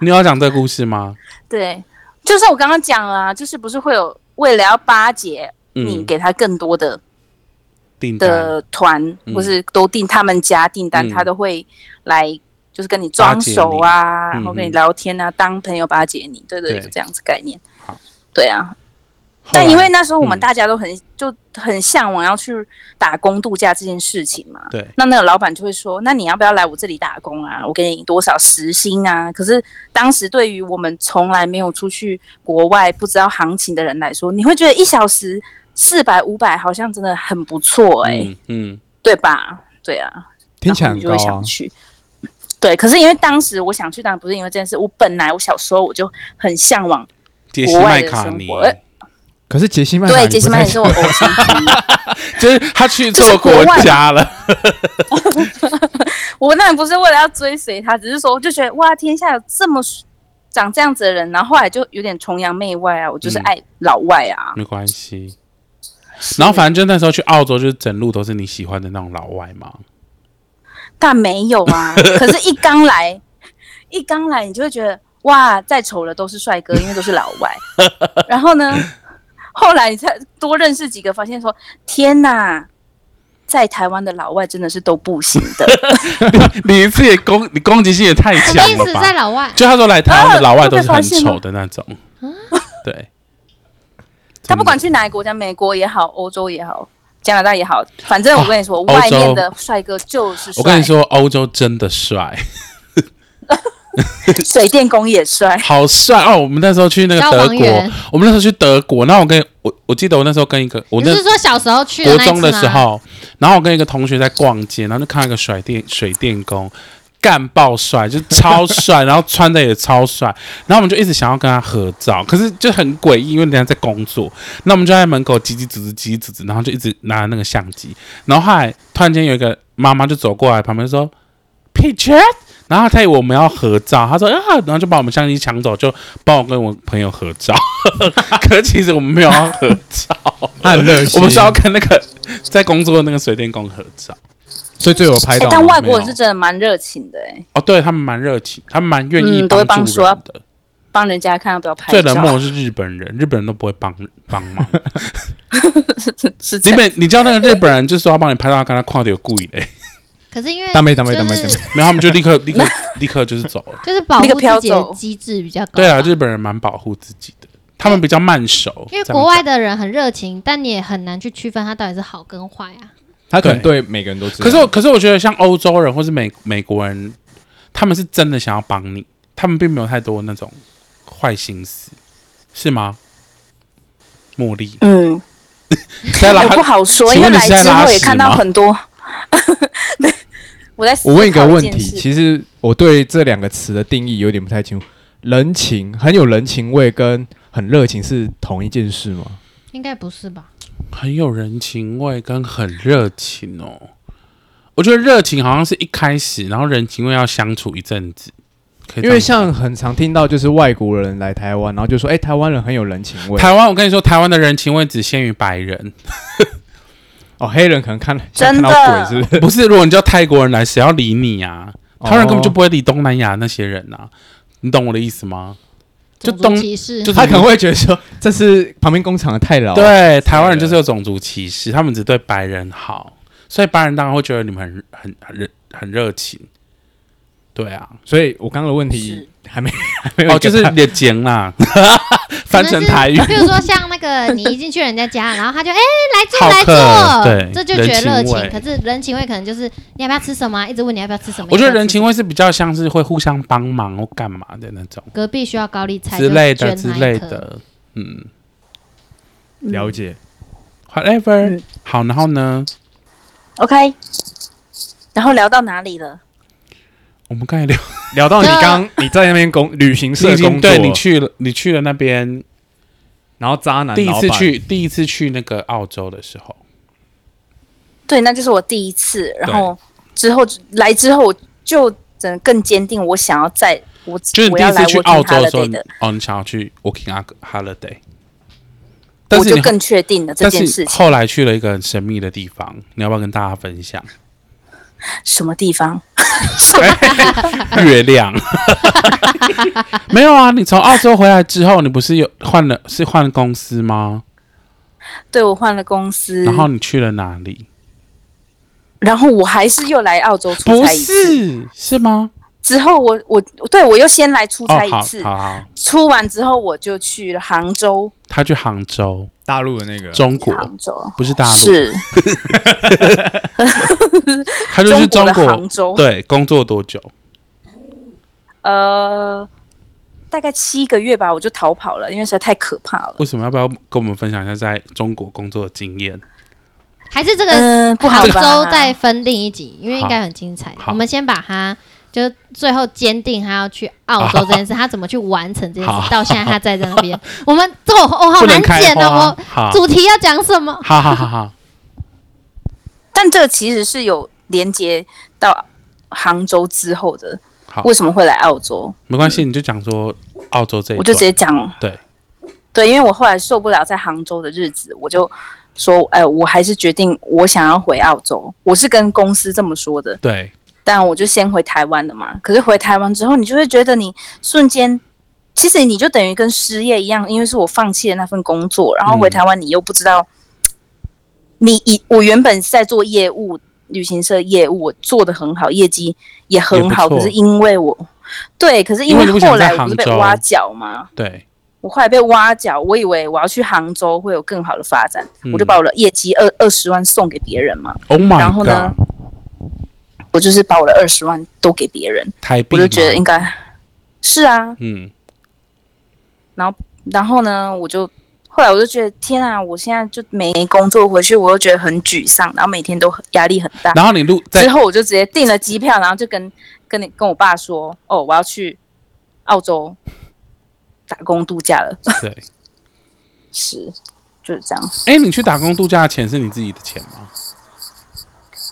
A: 你有要讲这个故事吗？
D: 对，就是我刚刚讲了啊，就是不是会有为了要巴结你，
A: 嗯，
D: 给他更多的
A: 订单
D: 的团，
A: 嗯
D: 或是都订他们家订单，
A: 嗯
D: 他都会来就是跟你装熟
A: 巴
D: 啊，
A: 结你
D: 然后跟你
A: 嗯哼
D: 聊天啊，当朋友巴结你，对对，
A: 对
D: 这样子概念
A: 好。
D: 对啊，
A: 后来
D: 但因为那时候我们
A: 嗯
D: 大家都很、就很向往要去打工度假这件事情嘛，
A: 对
D: 那那个老板就会说，那你要不要来我这里打工啊？我给你多少时薪啊？可是当时对于我们从来没有出去国外不知道行情的人来说，你会觉得一小时四百五百好像真的很不错哎、
A: 嗯嗯
D: 对吧？对啊，
C: 听起来
D: 然
C: 很
D: 后你就
C: 高
D: 会
C: 啊
D: 想，去。对，可是因为当时我想去，当然不是因为这件事。我本来我小时候我就很向往，
A: 杰西
D: 国
A: 麦
D: 外的
A: 卡
D: 生
A: 尼，
D: 活哎
C: 可是杰西曼卡
D: 对，
C: 你
D: 杰西
C: 不
D: 曼
C: 太
D: 也
C: (laughs)
D: 是我的偶像之一。
A: 就是他去错国家了，
D: 我那不是为了要追随他，只是说我就觉得哇，天下有这么长这样子的人，然后后来就有点崇洋媚外啊，我就是
A: 嗯
D: 爱老外啊。
A: 没关系。然后反正就那时候去澳洲，就是整路都是你喜欢的那种老外嘛。 (laughs)
D: 但没有啊，可是一刚来，一刚来你就会觉得哇，再丑了都是帅哥，因为都是老
A: (laughs)
D: 外。然后呢，后来你才多认识几个，发现说天哪，在台湾的老外真的是都不行的。
A: (laughs) 你一次也攻，你攻击性也太
B: 什
A: 强
B: 么意
A: 了
B: 思？在
A: 吧？
B: 老外，
A: 就他说来台湾的老外
D: 啊
A: 都是很
D: 会被发现吗
A: 丑的那种，对。
D: 啊他不管去哪个国家，美国也好，欧洲也好，加拿大也好，反正我跟你说，
A: 洲
D: 外面的帅哥就是
A: 我
D: 帅。
A: 跟你，说，欧洲真的帅，
D: 水电工
A: (laughs)
D: 也帅。
A: 好帅哦！我们那时候去那个
B: 消
A: 德
B: 防
A: 国
B: 员，
A: 我们那时候去德国，那我跟我我记得我那时候跟一个我
B: 你
A: 那
B: 是说小时候去
A: 国
B: 那一
A: 中的
B: 次
A: 时
B: 吗，
A: 候，然后我跟一个同学在逛街，然后就看到一个水电水电工，干爆帅，就超帅，然后穿的也超帅，然后我们就一直想要跟他合照，可是就很诡异，因为人家在工作，那我们就在门口叽叽吱吱叽叽吱吱，然后就一直拿那个相机，然后后来突然间有一个妈妈就走过来，旁边说 picture。然后他以为我们要合照，他说啊，然后就把我们相机抢走，就帮我跟我朋友合照。 (laughs) 可是其实我们没有要合照，
C: 他很热心，
A: 我们是要跟那个在工作的那个水电工合照。
C: 所以最后拍
D: 哎
C: 到吗。
D: 但外
A: 没
D: 国
A: 有
D: 人是真的蛮热情的、哎，
A: 哦，对他们蛮热情，他们蛮愿意
D: 嗯都会帮
A: 助人
D: 说
A: 的。
D: 帮人家看要不要拍
A: 最
D: 照
A: 冷漠的是日本人，日本人都不会帮 (laughs) 帮忙。
D: 是这
A: 日
D: 样。 (laughs)
A: 本，你知道那个日本人就说要帮你拍照，跟他跨的有故意的，欸
B: 可是因为
C: 当妹当妹
B: 就
C: 当妹
B: 是
C: 当妹
A: 然后他们就立刻立刻立刻就是走
D: (laughs)
A: 了。
B: 就是保
D: 那个
B: 护
D: 飘
B: 自己的
D: 走
B: 机制比较高。
A: 对啊，日本人蛮保护自己的，他们比较慢熟。
B: 因为
A: 这样
B: 国外
A: 讲，
B: 的人很热情，但你也很难去区分他到底是好跟坏啊。
C: 他可能对每个人都知道。
A: 可是我可是我觉得像欧洲人或是美美国人，他们是真的想要帮你，他们并没有太多那种坏心思，是吗？茉莉，
D: 嗯，
C: (laughs)
A: 在拉
D: 也
B: (laughs)
D: 哎不好说，
A: 请
D: 因为
A: 问你
D: 来
A: 是在
D: 之
A: 拉
D: 后也
A: 屎
D: 看到
A: 吗
D: 很多。 (laughs) 对我在思
C: 我问一个
D: 考
C: 问
D: 件
C: 题，
D: 事
C: 其实我对这两个词的定义有点不太清楚。人情很有人情味跟很热情是同一件事吗？
B: 应该不是吧？
A: 很有人情味跟很热情哦。我觉得热情好像是一开始，然后人情味要相处一阵子。可以这
C: 因
A: 样
C: 为像很常听到就是外国人来台湾，然后就说哎、台湾人很有人情味。
A: 台湾，我跟你说，台湾的人情味只限于白
C: (laughs)
A: 人，
C: 哦，黑人可能看像看
D: 真的
C: 到鬼是不是？哦
A: 不是？如果你叫泰国人来，谁要理你啊？台湾人根本就不会理东南亚那些人啊，你懂我的意思吗？就
B: 种族
A: 东
B: 歧视，
A: 就
C: 他可能会觉得说这是旁边工厂哦的太老，，
A: 对，台湾人就是有种族歧视，他们只对白人好，所以白人当然会觉得你们很很很热很热情。对啊，
C: 所以我刚刚的问题还没还没有一个
A: 哦，就是
C: 答
A: 脸尖 (laughs) 啦，
B: 可
A: 翻
B: 能
A: 成
B: 是
A: 台语。
B: 比如说像那个，你一进去人家家，然后他就
A: (laughs)
B: 哎、
A: 好
B: 来
A: 客
B: 坐来
A: 对
B: 坐，这就觉得热
A: 人情
B: 情
A: 味。
B: 可是人情味可能就是你要不要吃什么啊，一直问你要不要吃什么。
A: 我觉
B: 要
A: 得
B: 不要
A: 人
B: 吃什
A: 情
B: 么
A: 味是比较像是会互相帮忙或干嘛的那种
B: 隔壁需要高丽菜
A: 之类的
B: 就
A: 之
B: 捐他一
A: 类
B: 颗，
A: 的，嗯，
C: 了解。
A: However，、
D: 嗯
A: 好，然后呢，
D: OK，然后聊到哪里了？
A: 我们刚才聊，
C: 聊到你
B: 那
C: 刚你在那边工旅行
A: 你
C: 社
A: 已
C: 工
A: 经
C: 作，
A: 对你去了，你去了那边，
C: 然后渣男
A: 第一
C: 老
A: 次
C: 板
A: 去，第一次去那个澳洲的时候，
D: 对，那就是我第一次。然后之后来之后，我就真的更坚定，我想要再我
A: 就是你
D: 我
A: 第一
D: 要来
A: 次去
D: working
A: 澳洲的时候
D: holiday 的，，
A: 哦，你想要去 Working Holiday，但
D: 我
A: 是
D: 就
A: 你
D: 更确定了这
A: 但
D: 件
A: 是
D: 事
A: 你
D: 情。
A: 后来去了一个很神秘的地方，你要不要跟大家分享？
D: 什么地方？
A: 月亮 (laughs) 没有啊？你从澳洲回来之后，你不是有换了是换公司吗？
D: 对我换了公司，
A: 然后你去了哪里？
D: 然后我还是又来澳洲出
A: 不
D: 差一次。
A: 是是吗？
D: 之后我我对我又先来出
A: 哦
D: 差，一
A: 好
D: 次，
A: 好好，
D: 出完之后我就去了杭州，
A: 他去杭州，
C: 大陆的那个
A: 中国
D: 杭州
A: 不是大陆，
D: 是
A: 他就去
D: 中
A: 中
D: 国的
A: 国
D: 杭。州，
A: 对，工作多久？
D: 呃，大概七个月吧，我就逃跑了，因为实在太可怕了。
A: 为什么要不要跟我们分享一下在中国工作的经验？
B: 还是这个
C: 呃
D: 嗯、不好
B: 杭
D: 吧？
B: 州再分另一集，因为应该很精彩。
A: 好
B: 我们先把它，就最后坚定他要去澳洲这
A: (laughs)
B: 件事，他怎么去完成这件
A: 好
B: 事，到现在他在那边。 (laughs) 我们这我我好
A: 不
B: 难
A: 能开
B: 剪
A: 花
B: 哦，，
A: 好
B: 我，主题要讲什么？
A: 好好好好，
D: 但这个其实是有连接到杭州之后的
A: 好。
D: 为什么会来澳洲？
A: 没关系，你就讲说澳洲这一
D: 嗯我就
A: 段
D: 直接讲，
A: 对
D: 对，因为我后来受不了在杭州的日子，我就说，哎、我还是决定我想要回澳洲。我是跟公司这么说的，
A: 对，
D: 但我就先回台湾了嘛。可是回台湾之后，你就会觉得你瞬间，其实你就等于跟失业一样，因为是我放弃了那份工作，然
A: 嗯
D: 后回台湾你又不知道，你以我原本是在做业务，旅行社业务，我做的很好，业绩也很好，
A: 也不错
D: 可是因为我对，可是因为
A: 因为你不想
D: 后来
A: 在
D: 我
A: 杭
D: 不
A: 州
D: 是被挖角嘛，
A: 对，
D: 我后来被挖角，我以为我要去杭州会有更好的发展，
A: 嗯
D: 我就把我的业绩二二十万送给别人嘛，
A: Oh
D: 然
A: my
D: 后呢
A: god，
D: 我就是把我的二十万都给别人。
A: 台币
D: 我
A: 吗，
D: 就觉得应该是啊。
A: 嗯，
D: 然后呢，我就后来我就觉得天啊，我现在就没工作，回去我又觉得很沮丧，然后每天都很压力很大。
A: 然后你录在
D: 之后我就直接订了机票，然后就跟跟你跟我爸说，哦，我要去澳洲打工度假了。
A: 对，
D: 是，就是这样。
A: 哎，你去打工度假的钱是你自己的钱吗？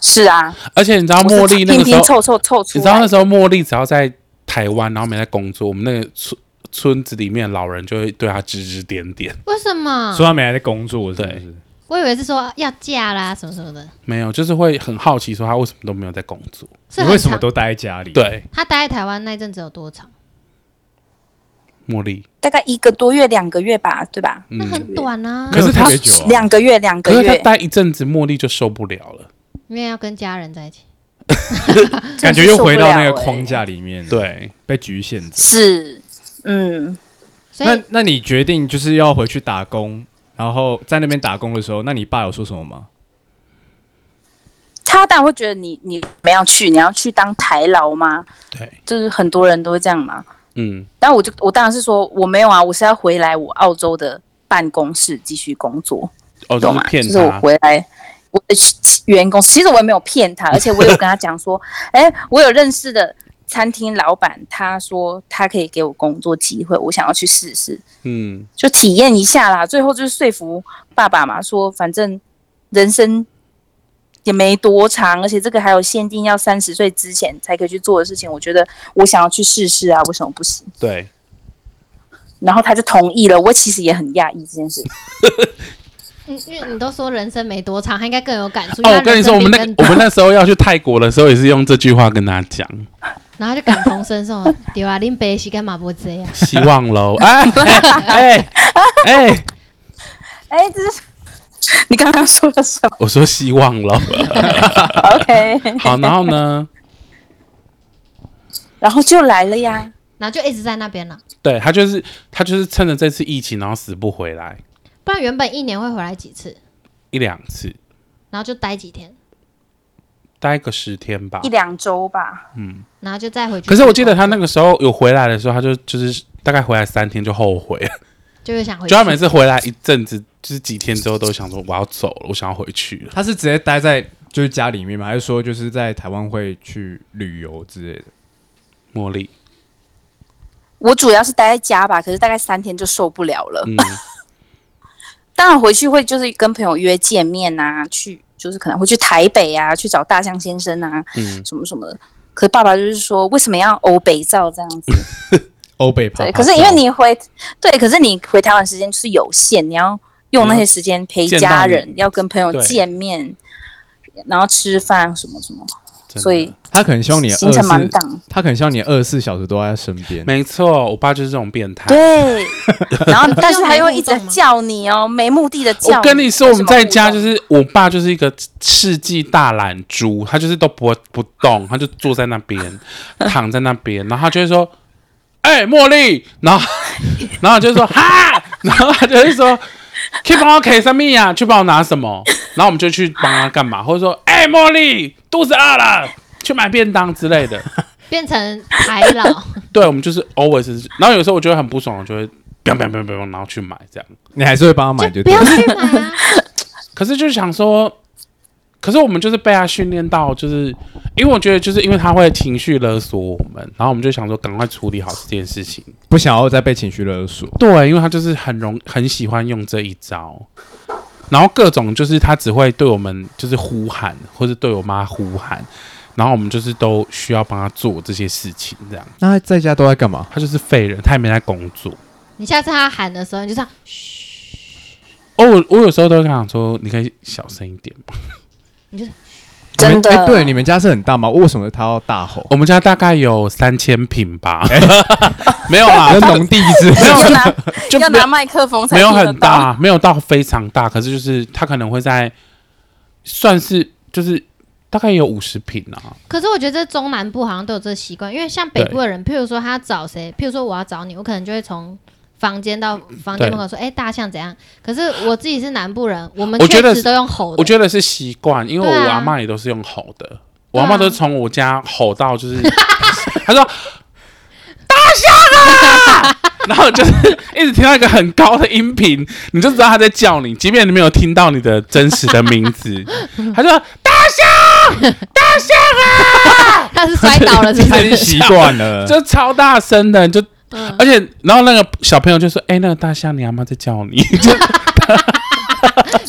D: 是啊，
A: 而且你知道
D: 我是
A: 茉莉那
D: 拼
A: 个时
D: 拼
A: 候，
D: 凑凑凑出
A: 你知道那
D: 来。
A: 时候茉莉只要在台湾，然后没在工作，我们那个村村子里面的老人就会对她指指点点，
B: 为什么？
C: 说他没来在工作，是不
A: 对
C: 是？
B: 我以为是说要嫁啦，什么什么的，
A: 没有，就是会很好奇说她为什么都没有在工作，
B: 是
C: 你
B: 很
C: 为什么
B: 长。
C: 都待在家里？，
A: 对，
B: 他待在台湾那一阵子有多长？
A: 茉莉，
D: 大概一个多月、两个月吧，对吧？
B: 那
A: 嗯。
B: 很短啊
C: 没，有
A: 可是他
C: 特别久啊
D: 两个月，两
A: 可
D: 个
A: 是她
D: 月，
A: 待一阵子，茉莉就受不了了。
B: 因为要跟家人在一起。
C: 感觉又回到那个
D: 真是受不了欸
C: 框架里面，，
A: 对，
C: 被局限着。
D: 是，嗯，
B: 所
C: 那
B: 以
C: 那你决定就是要回去打工，然后在那边打工的时候，那你爸有说什么吗？
D: 他当然会觉得你你没有去，你要去当台劳吗？
A: 对，
D: 就是很多人都会这样嘛。
A: 嗯，
D: 但我就我当然是说我没有啊，我是要回来我澳洲的办公室继续工作，
A: 哦，就
D: 懂
A: 是
D: 吗？就
A: 骗
D: 是我
A: 她，
D: 回来我的员工，其实我也没有骗他，而且我有跟他讲说，哎、我有认识的餐厅老板，他说他可以给我工作机会，我想要去试试。
A: 嗯，
D: 就体验一下啦。最后就是说服爸爸嘛，说反正人生也没多长，而且这个还有限定要三十岁之前才可以去做的事情，我觉得我想要去试试啊，为什么不行？
A: 对，
D: 然后他就同意了，我其实也很讶异这
A: (laughs)
D: 件事。
B: 嗯，因为你都说人生没多长，他应该更有感触。因
A: 哦，
B: 为
A: 我
B: 他
A: 跟你
B: 人
A: 说，
B: 生
A: 我们
B: 比
A: 那
B: 更
A: 我
B: 短
A: 们那时候要去泰国的时候，也是用这句话跟他讲，
B: 然后就感同身受， (laughs) 对啊，恁爸是干嘛不啊这样？
A: 希望
D: (laughs)
A: 喽。哎哎哎哎，
D: 哎，这是你刚刚说了什
A: (laughs)
D: 么
A: 我说希望
D: (laughs)
A: 喽。
D: ？OK，
A: 好，然后呢？
D: 然后就来了呀。
B: 然后就一直在那边了。
A: 对他就是他就是趁着这次疫情，然后死不回来
B: 不然原本一年会回来几次，
A: 一两次，
B: 然后就待几天，
A: 待个十天吧
D: 一。两周吧，
B: 然后就再回去。
A: 可是我记得他那个时候有回来的时候，他就就是大概回来三天就后悔了，
B: 就会想回去。
A: 就他每次回来一阵子，就是几天之后，都想说我要走了，我想要回去了。
C: 他是直接待在就是家里面吗？还是说就是在台湾会去旅游之类的？
A: 茉莉，
D: 我主要是待在家吧，可是大概三天就受不了了。
A: 嗯，
D: (laughs) 当然回去会就是跟朋友约见面啊，去就是可能会去台北啊，去找大象先生啊，
A: 嗯
D: 什么什么的。可是爸爸就是说，为什么要欧北照这样子？
A: 嗯
C: 欧北跑
D: 对，，可是因为你回对，可是你回台湾时间就是有限，你要用那些时间陪
A: 见到
D: 家
A: 你
D: 人，要跟朋友
A: 对
D: 见面，然后吃饭什么什么，
A: 真的
D: 所以
C: 他可能希望你
D: 行
C: 二
D: 程满
C: 四，
D: 档。
C: 他可能希望你二十四小时都在他身边。
A: 没错，我爸就是这种变态。(laughs)
D: (laughs) 对，然后但是他又一
B: 这
D: 直
B: 样没互动吗
D: 叫你哦，没目的的叫。
A: 我跟你说，我们在家就是是我爸就是一个世纪大懒猪，他就是都不不动，他就坐在那边，躺在那边，然后他就会说：“哎、茉莉。”然后 (laughs) 然后我就说：“哈。”然后他就会说：“ (laughs) 去帮我 K 什么呀？啊去帮我拿什么？”然后我们就去帮他干嘛，或者说：“哎、茉莉，肚子饿了，去买便当之类的。”
B: 变成台
A: (laughs)
B: 老，
A: 对，我们就是 always 是，然后有时候我觉得很不爽，我就会 biang biang biang biang，然后去买这样。
C: 你还是会帮他买就
B: 就不
C: 对
B: 要
C: 了。
B: 去买啊。
A: 可是就是想说，可是我们就是被他训练到，就是因为我觉得就是因为他会情绪勒索我们，然后我们就想说赶快处理好这件事情。
C: 不想要再被情绪勒索。
A: 对，因为他就是很容很喜欢用这一招，然后各种就是他只会对我们就是呼喊，或是对我妈呼喊，然后我们就是都需要帮他做这些事情，这样
C: 那他在家都在干嘛？
A: 他就是废人，他也没在工作。
B: 你下次他喊的时候，你就这样，
A: 哦，我我有时候都想说，你可以小声一点吗？
D: 真的
C: 你们哎对，你们家是很大吗？为什么他要大吼？
A: 我们家大概有三千平 (laughs) 吧，没有 (laughs) 啦，
C: 跟农啊地 (laughs) 是不是
D: 要拿
A: (laughs) 就
D: 要
A: 没
D: 拿
A: 有
D: 麦克风才
A: 没有
D: 听得
A: 很
D: 到，
A: 大，没有到非常大，可是就是他可能会在算是就是大概有五十平啊，
B: 可是我觉得中南部好像都有这习惯，因为像北部的人，譬如说他找谁，譬如说我要找你，我可能就会从房间到房间门口说：“哎、大象怎样？”可是我自己是南部人，我们
A: 我觉得
B: 确实都用吼的。
A: 我觉得是习惯，因为
B: 对
A: 我
B: 啊
A: 阿嬷也都是用吼的，我阿嬷都是从我家吼到
B: (laughs)
A: 就是，她说大象
B: (laughs)
A: 啊，然后就是一直听到一个很高的音频，你就知道她在叫你，即便你没有听到你的真实的名字，她说 (laughs) 大象大象啊，
B: 他是摔倒了，是
C: 已
B: 不
C: 经
B: 是？
C: 习惯了。
A: 就超大声的，就
B: 嗯，
A: 而且，然后那个小朋友就说：“哎、那个大象，你阿妈在叫你。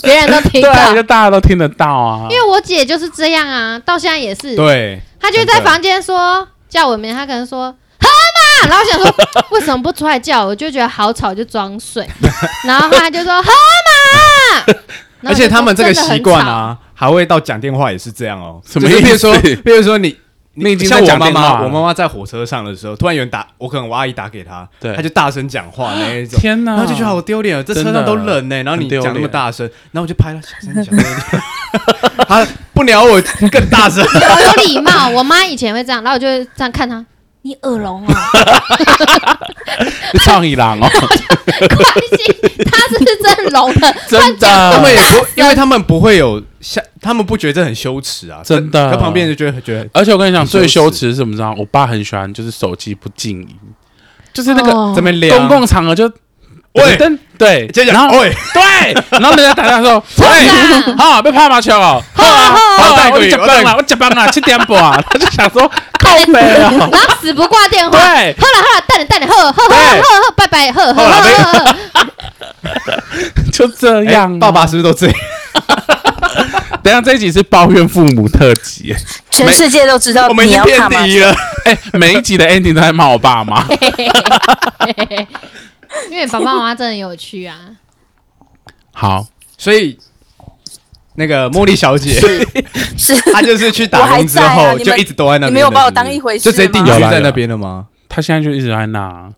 B: 别 (laughs) 人都”听到
A: (laughs) 对，。啊就大家都听得到啊。
B: 因为我姐就是这样啊，到现在也是，
C: 对，
B: 她就在房间说叫我名，她可能说喝嘛，然后我想说 (laughs) 为什么不出来叫我，我就觉得好吵，就装睡，然后后来就说喝嘛，然后我就说
C: (laughs) 而且他们这个习惯
B: 真的很吵
C: 啊，还会到讲电话也是这样哦。
A: 什么
C: 就是
A: 意思
C: 比如说，比如说你。
A: 你已经在
C: 像我
A: 讲
C: 妈
A: 电话
C: 妈，
A: 了
C: 我妈妈在火车上的时候，突然有人打，我可能我阿姨打给她，
A: 对
C: 她就大声讲话那一种，
A: 天哪！
C: 然后就觉得好丢脸哦，这车上都冷呢、
A: 真的
C: 然后你
A: 很丢
C: 讲那么
A: 脸
C: 大声，然后我就拍她小声小声，她不鸟我更大声，
B: 我有礼貌，我妈以前会这样，然后我就会这样看她， (laughs) 你耳聋啊？
A: (laughs) 你唱一郎哦，
B: 关系，她是真聋的，
A: 真
D: 嗯
C: 他们
A: 的。
C: 也不，因为他们不会有像，他们不觉得这很羞耻啊，
A: 真的
C: 可旁边人就觉得觉得
A: 而且我跟你讲，
C: 很羞耻
A: 最羞耻是什么？你知道吗？我爸很喜欢，就是手机不静音，就是那个
B: 哦
C: 这边亮，
A: 公共场合就
C: 喂
A: 噔，对，
C: 接着
A: 然后
C: 喂，哎
A: 对，然后人家打电话说，喂，好，被拍麻球哦，好啊，
C: 好
A: 好
C: 带
A: 啊，我
C: 鬼
A: 接
C: 我带
A: 班了，我接班了，七点半啊，他就想说 (laughs) 靠背哦，
B: 然后死不挂电话。
A: 对，
B: 喝了喝了，淡了淡了，喝喝喝
A: 对
B: 喝喝，拜拜，喝喝喝喝喝。
A: 就这
C: 哎
A: 样啊。
C: 爸爸是不是都这样？
A: 等一下这一集是抱怨父母特辑，
D: (laughs)
A: (laughs)
D: 全世界都知道
C: 我们已经
D: 哦你要
C: 变
D: 干嘛。
C: 低了，
A: 哎、每一集的 ending 都在骂我爸妈，
B: 因为爸爸妈妈真的有趣啊，
A: 好，
C: 所以那个茉莉小姐，
D: 是
C: (laughs) 她就是去打工之
D: 我还在啊
C: 后
D: 你们
C: 就一直都在那边了，
D: 你没有把我
C: 是不是
D: 当一回事
C: 就直接定居
A: 吗
C: 在那边了吗？
A: 他现在就一直在那。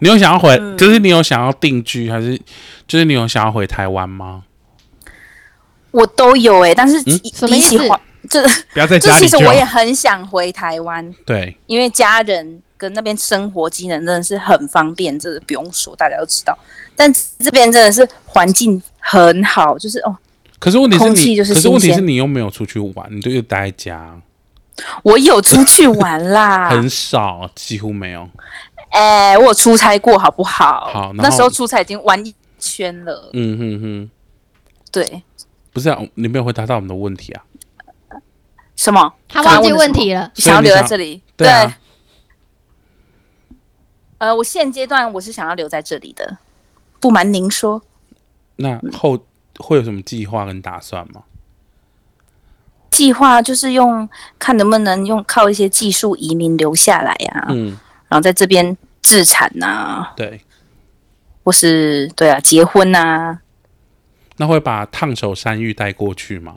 A: 你有想要回，就是你有想要定居，还是就是你有想要回台湾吗？
D: (laughs) 我都有哎、但是
A: 嗯
D: 比
B: 什么
D: 比
B: 意
D: 起
B: 思
D: 环这
C: 不要在
D: 这
C: 家
D: 其
C: 里
D: 实
C: 就
D: 我
C: 好
D: 也很想回台湾，
A: 对，
D: 因为家人跟那边生活机能真的是很方便，这个不用说，大家都知道。但这边真的是环境很好，就是哦，
A: 可是问题是
D: 空气
A: 你，
D: 就是
A: 可是问
D: 新
A: 题是
D: 鲜
A: 你又没有出去玩，你就又待在家。
D: 我有出去玩啦，
A: (laughs) 很少，几乎没有。
D: 哎、我有出差过，好不好？
A: 好然后
D: 那时候出差已经玩一圈了。
A: 嗯哼哼，
D: 对，
A: 不是啊，你没有回答到我们的问题啊。
D: 什么？
B: 他忘记问题
D: (laughs)
B: 了。
A: 所以
D: 想要
A: 你
D: 留在
A: 想
D: 这里？
A: 啊，
D: 呃，我现阶段我是想要留在这里的。不瞒您说，
A: 那后会有什么计划跟打算吗？
D: 计划就是用看能不能用靠一些技术移民留下来呀、
A: 嗯，
D: 然后在这边自产啊，
A: 对。
D: 或是对啊，结
A: (laughs)
D: 婚啊，
A: 那会把烫手山芋带过去吗？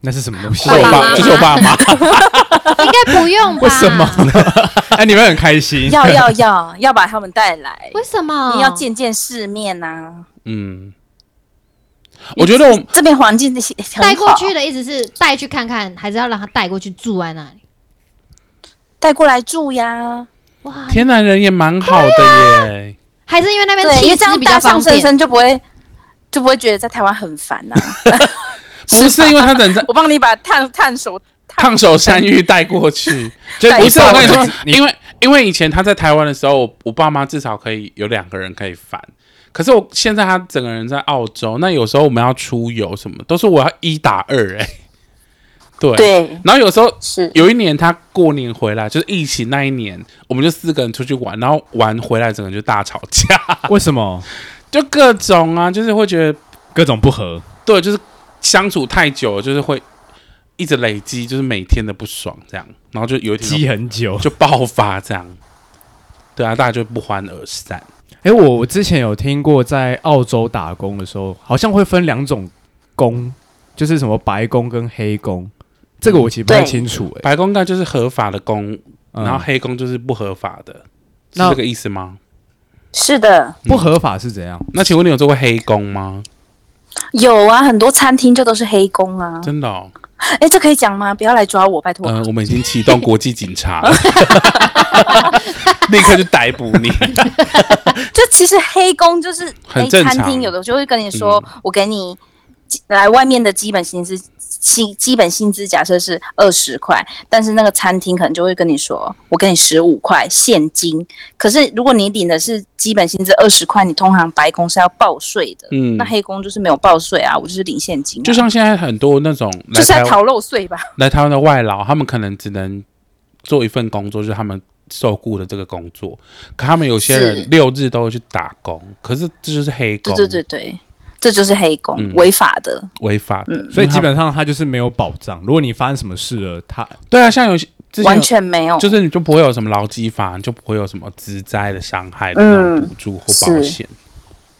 C: 那是什么东西
A: 这是？我
B: 爸
A: 爸，
B: 妈
A: 这是我爸妈。
B: 应该不用吧？
C: 为什么？
D: (laughs)
C: 哎，你们很开心。
D: 要要要要把他们带来，
B: 为什么？
D: 你要见见世面呐、
A: 嗯，我觉得我
D: 这边环境那些很好
B: 带过去，的意思是带去看看，还是要让他带过去住在那里？
D: 带过来住呀。
B: 哇，
A: 天南人也蛮好的耶。
B: 还是因为那边
D: 对，因
B: 气
D: 为
B: 质
D: 这样
B: 比较
D: 大
B: 方
D: 象深
B: 便。
D: 深就不会就不会觉得在台湾很烦啊呐、
A: 不 (laughs) 是因为他 (laughs) 等着
D: (laughs) 我帮你把探探手
A: 烫手山芋带过 (laughs) 去，就
D: 带
A: 不是
D: 一
A: 我
D: 包
A: 跟你
C: 我
A: 说
C: 跟你，
A: 因为因为以前他在台湾的时候，我我爸妈至少可以有两个人可以烦。可是我现在他整个人在澳洲，那有时候我们要出游什么，都是我要一打二哎、 (laughs) 对，
D: 对
A: 然后有时候
D: 是
A: 有一年他过年回来，就是疫情那一年，我们就四个人出去玩，然后玩回来整个就大吵架，
C: 为什么？
A: 就各种啊，就是会觉得
C: 各种不合。
A: 对，就是相处太久了，就是会一直累积，就是每天的不爽这样，然后就有一天
C: 积很久。
A: 就爆发这样。对啊，大家就不欢而散。
C: 哎、我我之前有听过，在澳洲打工的时候，好像会分两种工，就是什么白工跟黑工，这个我其实不太
D: 对
C: 清楚、诶，
A: 白宫盖就是合法的工，
C: 嗯
A: 然后黑工就是不合法的，是
C: 那
A: 这个意思吗？
D: 是的，
C: 不合法是怎样？
A: 那请问你有做过黑工吗？
D: 有啊，很多餐厅就都是黑工啊。
A: 真的、哦？
D: 哎，这可以讲吗？不要来抓我，拜托。
A: 嗯、我们已经启动国际警
D: (laughs)
A: 察，立刻就逮捕你。
D: 就其实黑工就是
A: 很
D: 诶
A: 正常嗯
D: 餐厅有的就会跟你说，我给你来外面的基本薪资。薪基本薪资假设是二十块，但是那个餐厅可能就会跟你说，我给你十五块现金。可是如果你领的是基本薪资二十块，你通常白工是要报税的，
A: 嗯
D: 那，黑工就是没有报税啊，我就是领现金啊、
A: 就像现在很多那种来
D: 就是
A: 台
D: 在
A: 湾
D: 逃漏税吧。
A: 来台湾的外劳，他们可能只能做一份工作，就是他们受雇的这个工作。可他们有些
D: 是
A: 人六日都会去打工，可是这就是黑工
D: 对，对对对，这就是黑工，
A: 嗯
D: 违法的。
A: 违法
D: 嗯
A: 的。
C: 所以基本嗯上他就是没有保障。如果你发生什么事了，他
A: 对啊，像有些之前
D: 完
A: 有
D: 全哦没有，
A: 就是你就不会有什么劳基法，你就不会有什么职灾的伤害的那种
D: 嗯
A: 补助或保险，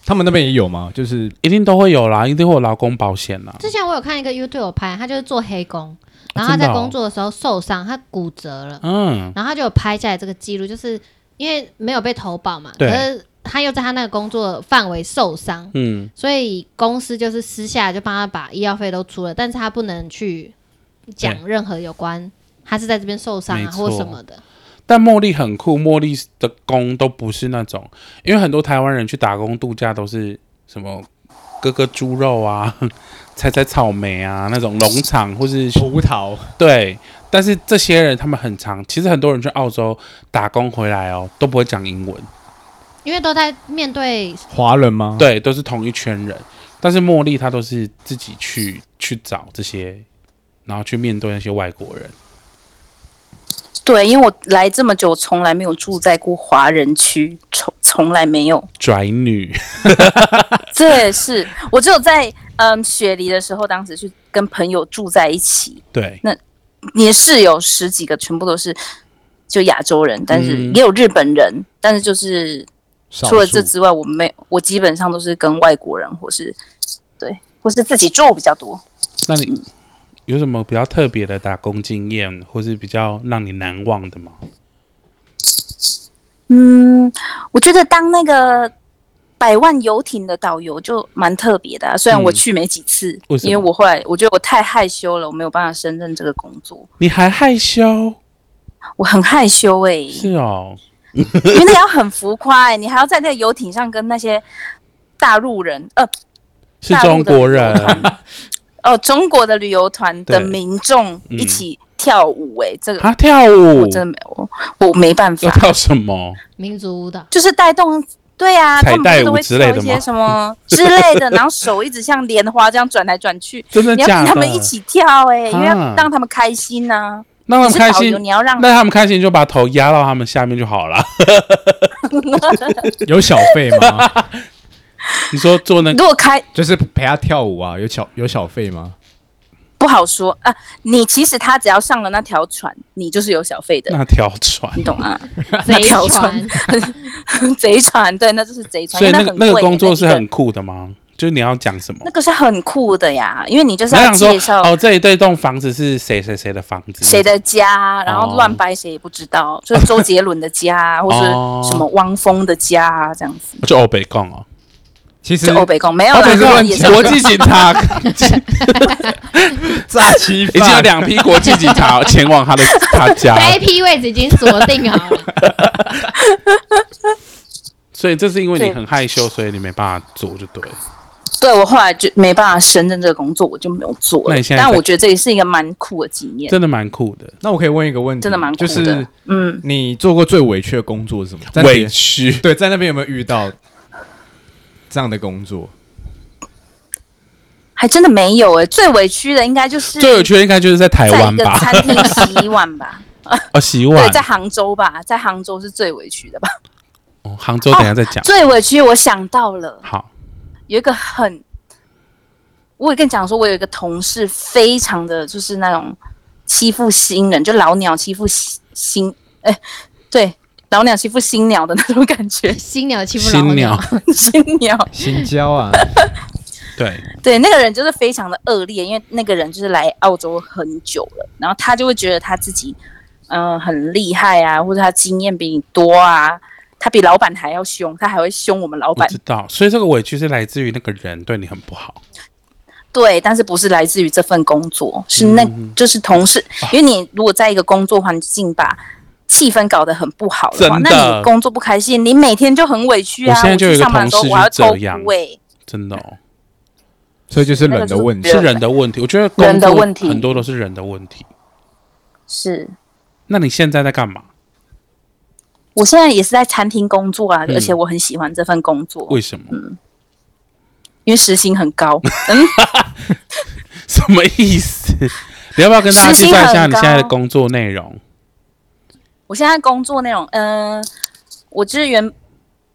C: 他们那边也有吗？就是
A: 一定都会有啦，一定会有劳工保险啦。
B: 之前我有看一个 YouTube 有拍，他就是做黑工，
A: 啊
B: 然后他
A: 真
B: 在
A: 的哦
B: 工作的时候受伤，他骨折了，
A: 嗯，
B: 然后他就有拍下来这个记录，就是因为没有被投保嘛，
A: 对
B: 可是他又在他那个工作范围受伤，
A: 嗯，
B: 所以公司就是私下就帮他把医药费都出了，但是他不能去讲任何有关他是在这边受伤
A: 没
B: 啊
A: 错
B: 或什么的。
A: 但茉莉很酷，茉莉的工都不是那种，因为很多台湾人去打工度假都是什么割割猪肉啊、 (laughs) 采采草莓啊那种农场或是
C: 葡萄，
A: 对，但是这些人他们很常，其实很多人去澳洲打工回来哦都不会讲英文，
B: 因为都在面对
C: 华人吗？，
A: 对，都是同一圈人。但是茉莉她都是自己去去找这些，然后去面对那些外国人。
D: 对，因为我来这么久，我从来没有住在过华人区，从从来没有。
A: 宅女，
D: 这也是我只有在嗯雪梨的时候，当时去跟朋友住在一起，
A: 对，
D: 你的室友十几个全部都是就亚洲人，但是
A: 嗯
D: 也有日本人，但是就是
C: 少
D: 除了这
C: 数
D: 之外，我没我基本上都是跟外国人或是对或是自己住比较多。
A: 那你有什么比较特别的打工经验，或是比较让你难忘的吗？
D: 嗯，我觉得当那个百万游艇的导游就蛮特别的啊、虽然我
A: 嗯
D: 去没几次，
A: 为什么
D: 因为我后来我觉得我太害羞了，我没有办法胜任这个工作，
A: 你还害羞？
D: 我很害羞
A: (laughs)
D: 诶、
A: 是哦，
D: 因为那要很浮夸、欸，你还要在那个游艇上跟那些大陆人，呃
A: 是
D: 大
A: 中
D: 陆的
A: 国人，
D: (laughs) 哦、中国的旅游团的
A: 对
D: 民众
A: 嗯
D: 一起跳舞、欸，哎，这个
A: 他啊跳舞
D: 我真的没有，我没办
A: 要
D: 法，
A: 跳什么？
B: 民族
A: (laughs)
B: 舞蹈，
D: 就是带动。对啊，
A: 彩
D: 他们不
A: 带
D: 是都
A: 舞
D: 会
A: 之
D: 跳
A: 类
D: 一
A: 的吗
D: 些什么之类的，然后手一直像莲花这样转来转去。
A: (laughs) 真的
D: 你要
A: 假
D: 跟
A: 的？
D: 他们一起跳哎、因为
A: 啊
D: 要让他们开心呐、
A: 让他
D: 你
A: 们
D: 是
A: 开
D: 导
A: 心
D: 游，，你要让
A: 那他们开心就把头压到他们下面就好了。
D: (laughs)
C: 有小费吗？ (laughs)
A: 你说做那个
D: 如果开
C: 就是陪他跳舞啊，有小有小费吗？
D: 不好说啊，你其实他只要上了那条船，你就是有小费的，
A: 那条船，
D: 你懂吗？ (laughs)
B: 贼
D: 条
B: 船
A: (laughs)
D: 船，
A: 啊
D: 贼船，对，那就是贼船。
A: 所以
D: 因为
A: 那个
D: 那很
A: 那个
D: 贵
A: 工作
D: 那
A: 是
D: 一个
A: 很酷的吗？就是你要讲什么
D: 那？个是很酷的呀，因为你就是
A: 我
D: 要
A: 想说
D: 介，绍
A: 哦，这一对栋房子是谁谁谁的房子？
D: 谁的家，然
A: 哦
D: 后乱掰谁也不知道，就是周杰伦的
A: (laughs)
D: 家，或是什么汪峰的家这样子。
A: 就欧北贡哦，
C: 其实
D: 就欧北共没有
C: 欧
D: 啦，
C: 北共
D: 那个也是
A: 国际警
D: (laughs)
A: 察
C: 诈
A: (laughs)
C: 欺
A: 已经有两批国际警察前往他的他
D: (laughs)
A: 家，
B: 那一
D: 哎
B: 批位置已经锁定
A: (laughs)
B: 好了，，
A: 所以这是因为你很害羞，所以你没办法做，就对了。
D: 对我后来就没办法胜任这个工作，我就没有做
A: 那
D: 了
A: 你现。在在
D: 但我觉得这也是一个蛮酷的经验，
A: 真的蛮酷的。
C: 那我可以问一个问题，
D: 真的蛮酷
C: 就
D: 的。
C: 是
D: 嗯，
C: 你做过最委屈的工作是什么？在那边
A: 委屈，
C: (laughs) 对，在那边有没有遇到这样的工作？
D: 还真的没有哎、最委屈的应该就是
A: 最有趣的应该就是在台
D: 在
A: 湾
D: 一个
A: 吧，
D: 餐厅洗碗吧，
A: 哦， (laughs) 洗碗
D: 对，，在杭州吧，在杭州是最委屈的吧。
A: 哦杭州等一下再讲。
D: 最委屈，我想到了，
A: 好，
D: 有一个很，我也跟你讲说，我有一个同事，非常的就是那种欺负新人，就老鸟欺负新新，哎、对，老鸟欺负新鸟的那种感觉
B: 新鸟欺负老
A: 新鸟，
D: 新鸟。
C: 新交啊，
A: 对，
D: 对，那个人就是非常的恶劣，因为那个人就是来澳洲很久了，然后他就会觉得他自己，嗯、很厉害啊，或者他经验比你多啊，他比老板还要凶，他还会凶我们老
A: 我
D: 板。
A: 知道，所以这个委屈是来自于那个人对你很不好。
D: 对，但是不是来自于这份工作，是
A: 嗯
D: 那、就是同事，
A: 啊
D: 因为你如果在一个工作环境把气氛搞得很不好的话，
A: 真
D: 那
A: 的
D: 你工作不开心，你每天就很委屈啊。
A: 我现在就有
D: 去
A: 一个
D: 上班的时候
A: 同事
D: 我要
A: 就这
D: 抽
A: 样
D: 哭欸
A: 真的哦，
C: 所以就是人的问题
D: 那
A: 是
D: 个。
A: 人的问题。我觉得工作
D: 人的问题嗯
A: 很多都是人的问题。
D: 是
A: 那你现在在干
D: 嗯
A: 嘛？
D: 我现在也是在餐厅工作啊，
A: 嗯
D: 而且我很喜欢这份工作。
A: 为什么？ (laughs)
D: 因为时薪很高，
A: 什么意
D: (laughs)
A: 思？你要不要跟大家
D: 时
A: 介
D: 薪
A: 绍一下
D: 很
A: 你现在的
D: 高
A: 工作内容？
D: 我现在工作内容，嗯、我就是原，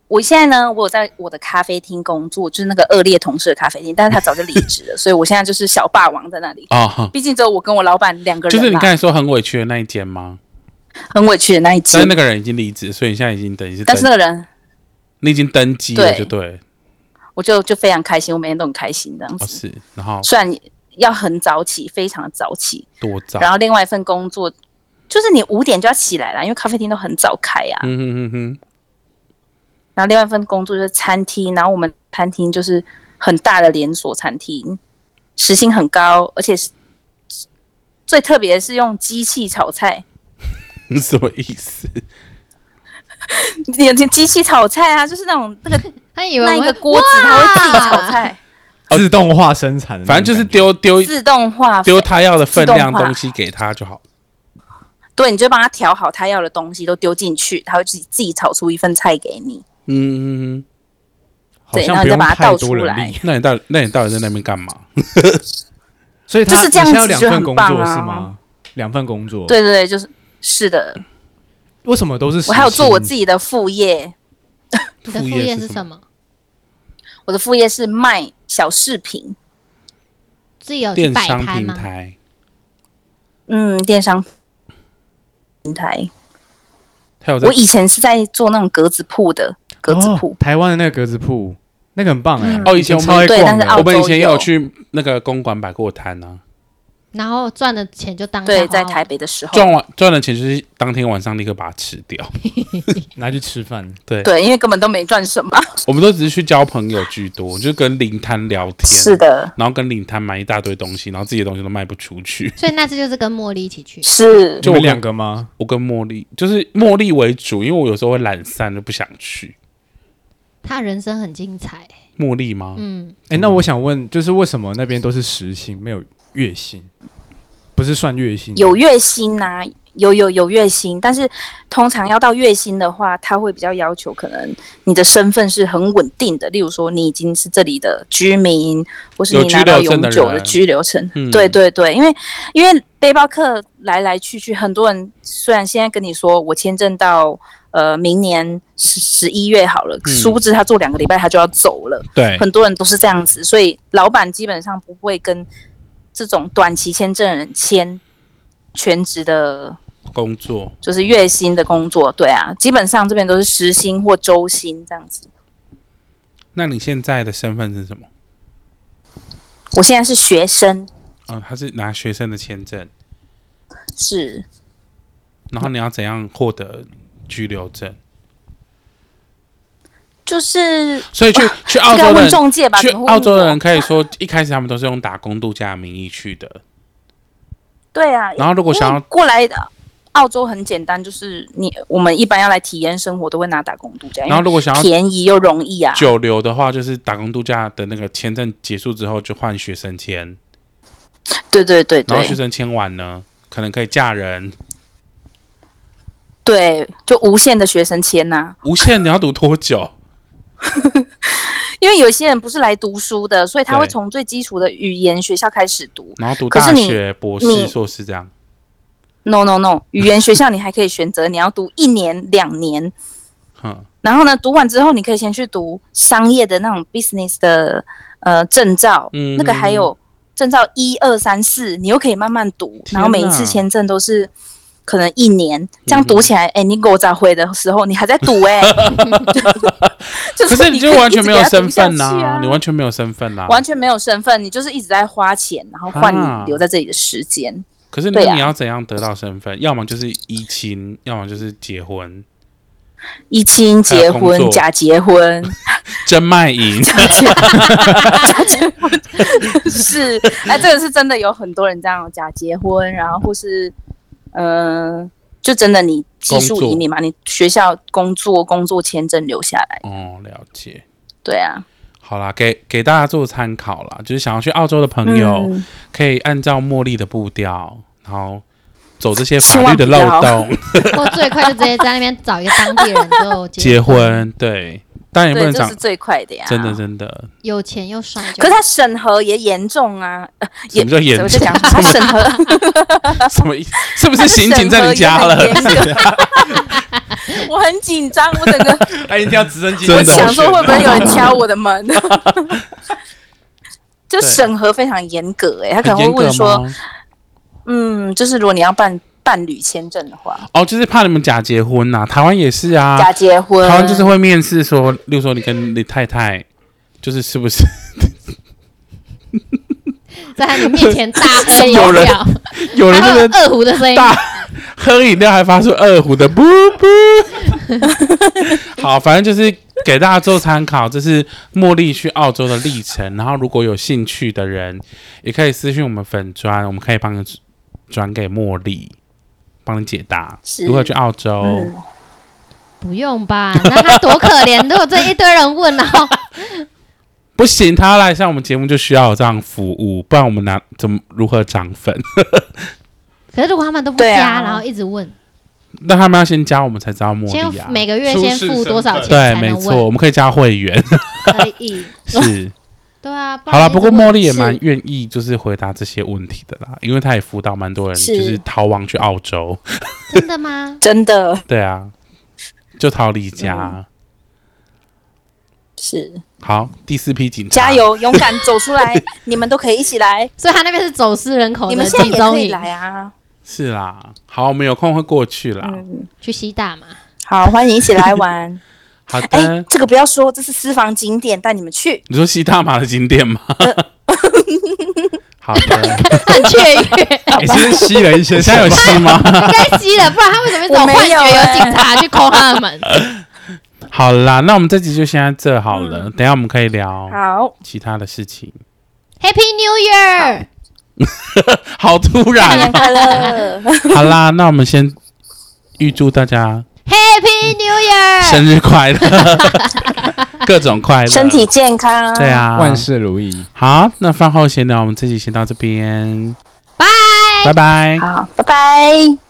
D: 我现在呢，我有在我的咖啡厅工作，就是那个恶劣同事的咖啡厅，但是他早就离职
A: (laughs)
D: 了，所以我现在就是小霸王在那里。
A: 哦，
D: 毕竟只有我跟我老板嗯两个
A: 就是
D: 人
A: 你
D: 嘛，
A: 刚才说很委屈的那一间吗？
D: 很委屈的那一集
A: 但。是那个人已经离职，所以你现在已经等于是登
D: 但是，那个人，
A: 你已经登机了，
D: 对
A: 就对。
D: 我就就非常开心，我每天都很开心这样
A: 哦，
D: 子。
A: 是，然后
D: 虽然要很早起，非常早起，
A: 多早？
D: 然后另外一份工作就是你五点就要起来啦，因为咖啡厅都很早开呀、
A: 嗯哼哼哼，
D: 然后另外一份工作就是餐厅，然后我们餐厅就是很大的连锁餐厅，时薪很高，而且是最特别的是用机器炒菜，
A: 你什么意思？
D: 你机器炒菜啊，就是那种那个
B: 他以为
D: 那
B: 我
D: 一
B: 会
D: 个锅子它会自己炒
B: 哇
D: 菜，
C: 自动化生产的那种感觉，
A: 反正就是丢丢
D: 自动化
A: 丢他要的分量
D: 啊自动化
A: 东西给他就好。
D: 对，你就帮他调好他要的东西都丢进去，他会自己自己炒出一份菜给你。
A: 嗯，
C: 好
D: 对然
C: 像
D: 后
C: 不
D: 你再
C: 用
D: 把它
C: 太
D: 倒
C: 多
D: 出
C: 人
D: 来
C: 力，
A: 那你到那你到底在那边干嘛？
C: 所以他
D: 就是这样子
C: 你现在有两份工作
D: 就很棒啊
C: 是吗？两份工作，，
D: 对对对，就是是的，
C: 为什么都是时薪
D: 我还有做我自己的副业，
B: 你的
A: 副
B: 副
A: 业
B: 业
A: 是
B: 是
A: 什
B: 什么？
D: 我的副业是卖小饰品，
B: 自己有哦去
A: 电
B: 摆
A: 商
B: 摊
A: 平
B: 吗？
A: 台，
D: 嗯，电商平台。
A: 他有在
D: 我以前是在做那种格子铺的格子
C: 哦
D: 铺，嗯
C: 台湾的那个格子铺，那个很棒哎。
A: 哦以前我们
C: 超爱
D: 对
C: 逛
D: 但是
C: 的
A: 我
D: 澳，
A: 们以前也有
D: 有
A: 去那个公馆摆过摊啊，
B: 然后赚的钱就当
D: 对，
B: 下花
D: 在台北的时候，
A: 赚完赚了钱就是当天晚上立刻把它吃掉。
C: 拿去吃饭，
A: 对，
D: 对，因为根本都没赚什么。
A: 我们都只是去交朋友居多，就跟领摊聊天，啊
D: 是，的，
A: 然后跟领摊买一大堆东西，然后自己的东西都卖不出去。
B: 所以那次就是跟茉莉一起去，
D: 是
A: 就
C: 就
A: 我
C: 我两个吗？
A: 我跟茉莉就是茉莉为主，因为我有时候会懒散，就不想去。
B: 她人生很精彩。
A: 茉莉吗？
B: 嗯，
C: 欸哎，那我想问，就是为什么那边都是时薪没有月薪？不是算月薪，
D: 有月薪呐、有有有月薪，但是通常要到月薪的话，他会比较要求，可能你的身份是很稳定的，例如说你已经是这里的居民，或是
A: 有
D: 你
A: 居
D: 拿到
A: 留证
D: 永
A: 的
D: 久的
A: 人
D: 居留证。
A: 嗯
D: 对对对，因为因为背包客来来去去，很多人虽然现在跟你说我签证到呃明年十十一月好了，
A: 嗯
D: 殊不知他做两个礼拜他就要走了。
A: 对，
D: 很多人都是这样子，所以老板基本上不会跟这种短期签证人签全职的，
A: 工作
D: 就是月薪的工作。对啊，基本上这边都是时薪或周薪这样子。
A: 那你现在的身份是什么？
D: 我现在是学生，
A: 啊，他是拿学生的签证，
D: 是
A: 然后你要怎样获得居留证？
D: 就是
A: 所以
D: (laughs)
A: 去去澳洲
D: 这个要
A: 的
D: 问
A: 人，
D: 中介吧，
A: 去
D: 怎么会
A: 澳洲
D: 问
A: 的
D: 我
A: 人可以说一开始他们都是用打工度假的名义去的，
D: 对啊。
A: 然后如果想要
D: 因为过来的澳洲很简单，就是你我们一般要来体验生活都会拿打工度假，因
A: 然后
D: 为
A: 如果想要
D: 便宜又容易啊。
A: 久留的话，就是打工度假的那个签证结束之后就换学生签，
D: 对对对
A: 然后学
D: 对
A: 生签完呢，可能可以嫁人，
D: 对，就无限的学生签呐、
A: 无限你要读多
D: (laughs)
A: 久？
D: 因为有些人不是来读书的，所以他会
A: 对
D: 从最基础的语言学校开始读。
A: 然后读
D: 可
A: 大
D: 是你
A: 学、博
D: 你
A: 士、硕士这样，
D: No No No，语言学校你还可以选择你要读一年、两年，
A: 哼，
D: 然后呢，读完之后你可以先去读商业的那种 business 的呃证照，
A: 嗯
D: 那个还有证照一二三四，你又可以慢慢读，
A: 天哪嗯
D: 然后每一次签证都是。可能一年这样读起来，哎、你给我咋回的时候，你还在读
A: (laughs)
D: 哎、 (laughs) 就
A: 可是你就完全没有身份啊
D: 呐、
A: 呐，你完全没有身份啊呐。
D: 啊完全没有身份，你就是一直在花钱，然后换
A: 啊
D: 你留在这里的时间。
A: 可是
D: 对
A: 那
D: 啊
A: 你要怎样得到身份？要么就是移亲，要么就是结婚，
D: 一亲结
A: 还有工
D: 婚，
A: 作
D: 假结
A: (laughs)
D: 婚，
A: 真卖
D: (laughs)
A: 淫。
D: 是哎，这个是真的有很多人这样假结婚，然后或是呃，就真的你技术
A: 工作
D: 移民嘛，你学校工作工作签证留下来，
A: 哦，了解。
D: 对啊，
A: 好啦，给给大家做参考啦，就是想要去澳洲的朋友，
D: 嗯
A: 可以按照茉莉的步调，然后走这些
D: 千
A: 法
D: 万
A: 律的
D: 不
A: 漏
D: 要 (laughs)
A: 洞，
B: 或最快就直接在那边找一个当地人就
A: 结，婚。对，当然也不
D: 对，
A: 能
D: 这
A: 讲
D: 是，最快的呀，
A: 真的。真的，
B: 有钱又帅就
D: 可是他审核也严重啊，呃
A: 什么叫严
D: 我
A: 重？
D: 就讲他审核，
A: 什么意思？是不
D: 他
A: 是刑警在你家了？
D: 审核也很严格我很紧张，我整个
C: 哎，一定要直升机，
A: (laughs) 真的
D: 想说会不会有人敲我的门？ (laughs) 就审核非常严格、欸，哎，他可能
A: 很
D: 会
A: 严格
D: 问说，
A: 吗？
D: 嗯，就是如果你要办伴侣签证的话，
A: 哦，就是怕你们假结婚呐、台湾也是啊，
D: 假结婚，
A: 台湾就是会面试说，例如说你跟你太太，就是是
D: (laughs)
A: 不是
B: 在他你面前大喝
A: 有
D: (laughs)
B: 饮
A: 人
B: 料，
A: 有人
B: 然
A: 那
B: 后有
A: 个
B: 二胡的声音，
A: 大喝饮料还发出二胡
D: (laughs)
A: 的“不 (laughs) 不”。好，反正就是给大家做参考，这是茉莉去澳洲的历程。然后如果有兴趣的人，也可以私信我们粉砖，我们可以帮你转给茉莉，帮你解答
D: 是
A: 如何去澳洲。
D: 嗯
B: 不用吧？那他多可怜！如果这一堆人问，然
A: (laughs)
B: 后
A: 不行，他要来上我们节目就需要有这样服务，不然我们拿怎么如何涨粉？ (laughs)
B: 可是如果他们都不
D: 对
B: 加，
D: 啊
B: 然后一直问，
A: 那他们要先加我们才知道茉
B: 先
A: 莉啊。
B: 每个月先付多少钱
A: 对，
B: 才
A: 没
B: 能
A: 错，
B: 问？
A: 我们可以加会
B: (laughs)
A: 员。 (laughs)
B: 可以，
A: 是。
B: 对啊。
A: 好了，
B: 然一直
A: 不过
B: 问
A: 茉莉也蛮
B: 是
A: 愿意，就是回答这些问题的啦，因为她也辅导蛮多人，
D: 是
A: 就是逃亡去澳洲，
B: 真的吗？
D: 真的
A: 对啊，就逃离
B: 嗯
A: 家。
D: 是
A: 好，第四批警察，
D: 加！油，勇敢走
A: (laughs)
D: 出来，你们都可以一起来，
B: 所以他那边是走私人口
D: 你
B: 的
D: 们现在
B: 集
D: 也可
B: 哦中
D: 以
B: 营，
D: 来啊，
A: 是啦，好，我们有空会过去啦。
D: 嗯，
B: 去西大嘛？
D: 好，欢迎一起来
A: (laughs)
D: 玩。
A: 好
D: 哎、
A: 的，
D: 这个不要说，这是私房景点，带你们去。
A: 你说西大马的景点吗？
B: 呃
A: (laughs) 好
B: (laughs)
A: 的，
B: 他很雀跃，
C: 你是吸了一些 (laughs)
A: 你
C: 什
A: 现在有
C: 么？
A: 西吗？
B: 应该吸了，不然他为什么一种
D: 我没有
B: 幻觉
D: 欸
B: 有警察去扣他们？
A: 好啦，那我们这集就先在这好了，等一下我们可以聊
D: 嗯好，
A: 其他的事情。
B: Happy New Year！
A: 好突
D: 新
A: 然
D: 年
A: 哦，
D: 快
A: (laughs)
D: 乐，
A: 好啦，那我们先预祝大家
B: Happy New Year！
A: 生日快
D: (laughs)
A: 乐，各种快乐，
D: 身体健康。
A: 对，啊，
C: 万事如意。
A: 好，那饭后闲聊，我们这集先到这边，
B: 拜
D: 哎
A: 拜。拜拜。
D: 好，拜拜。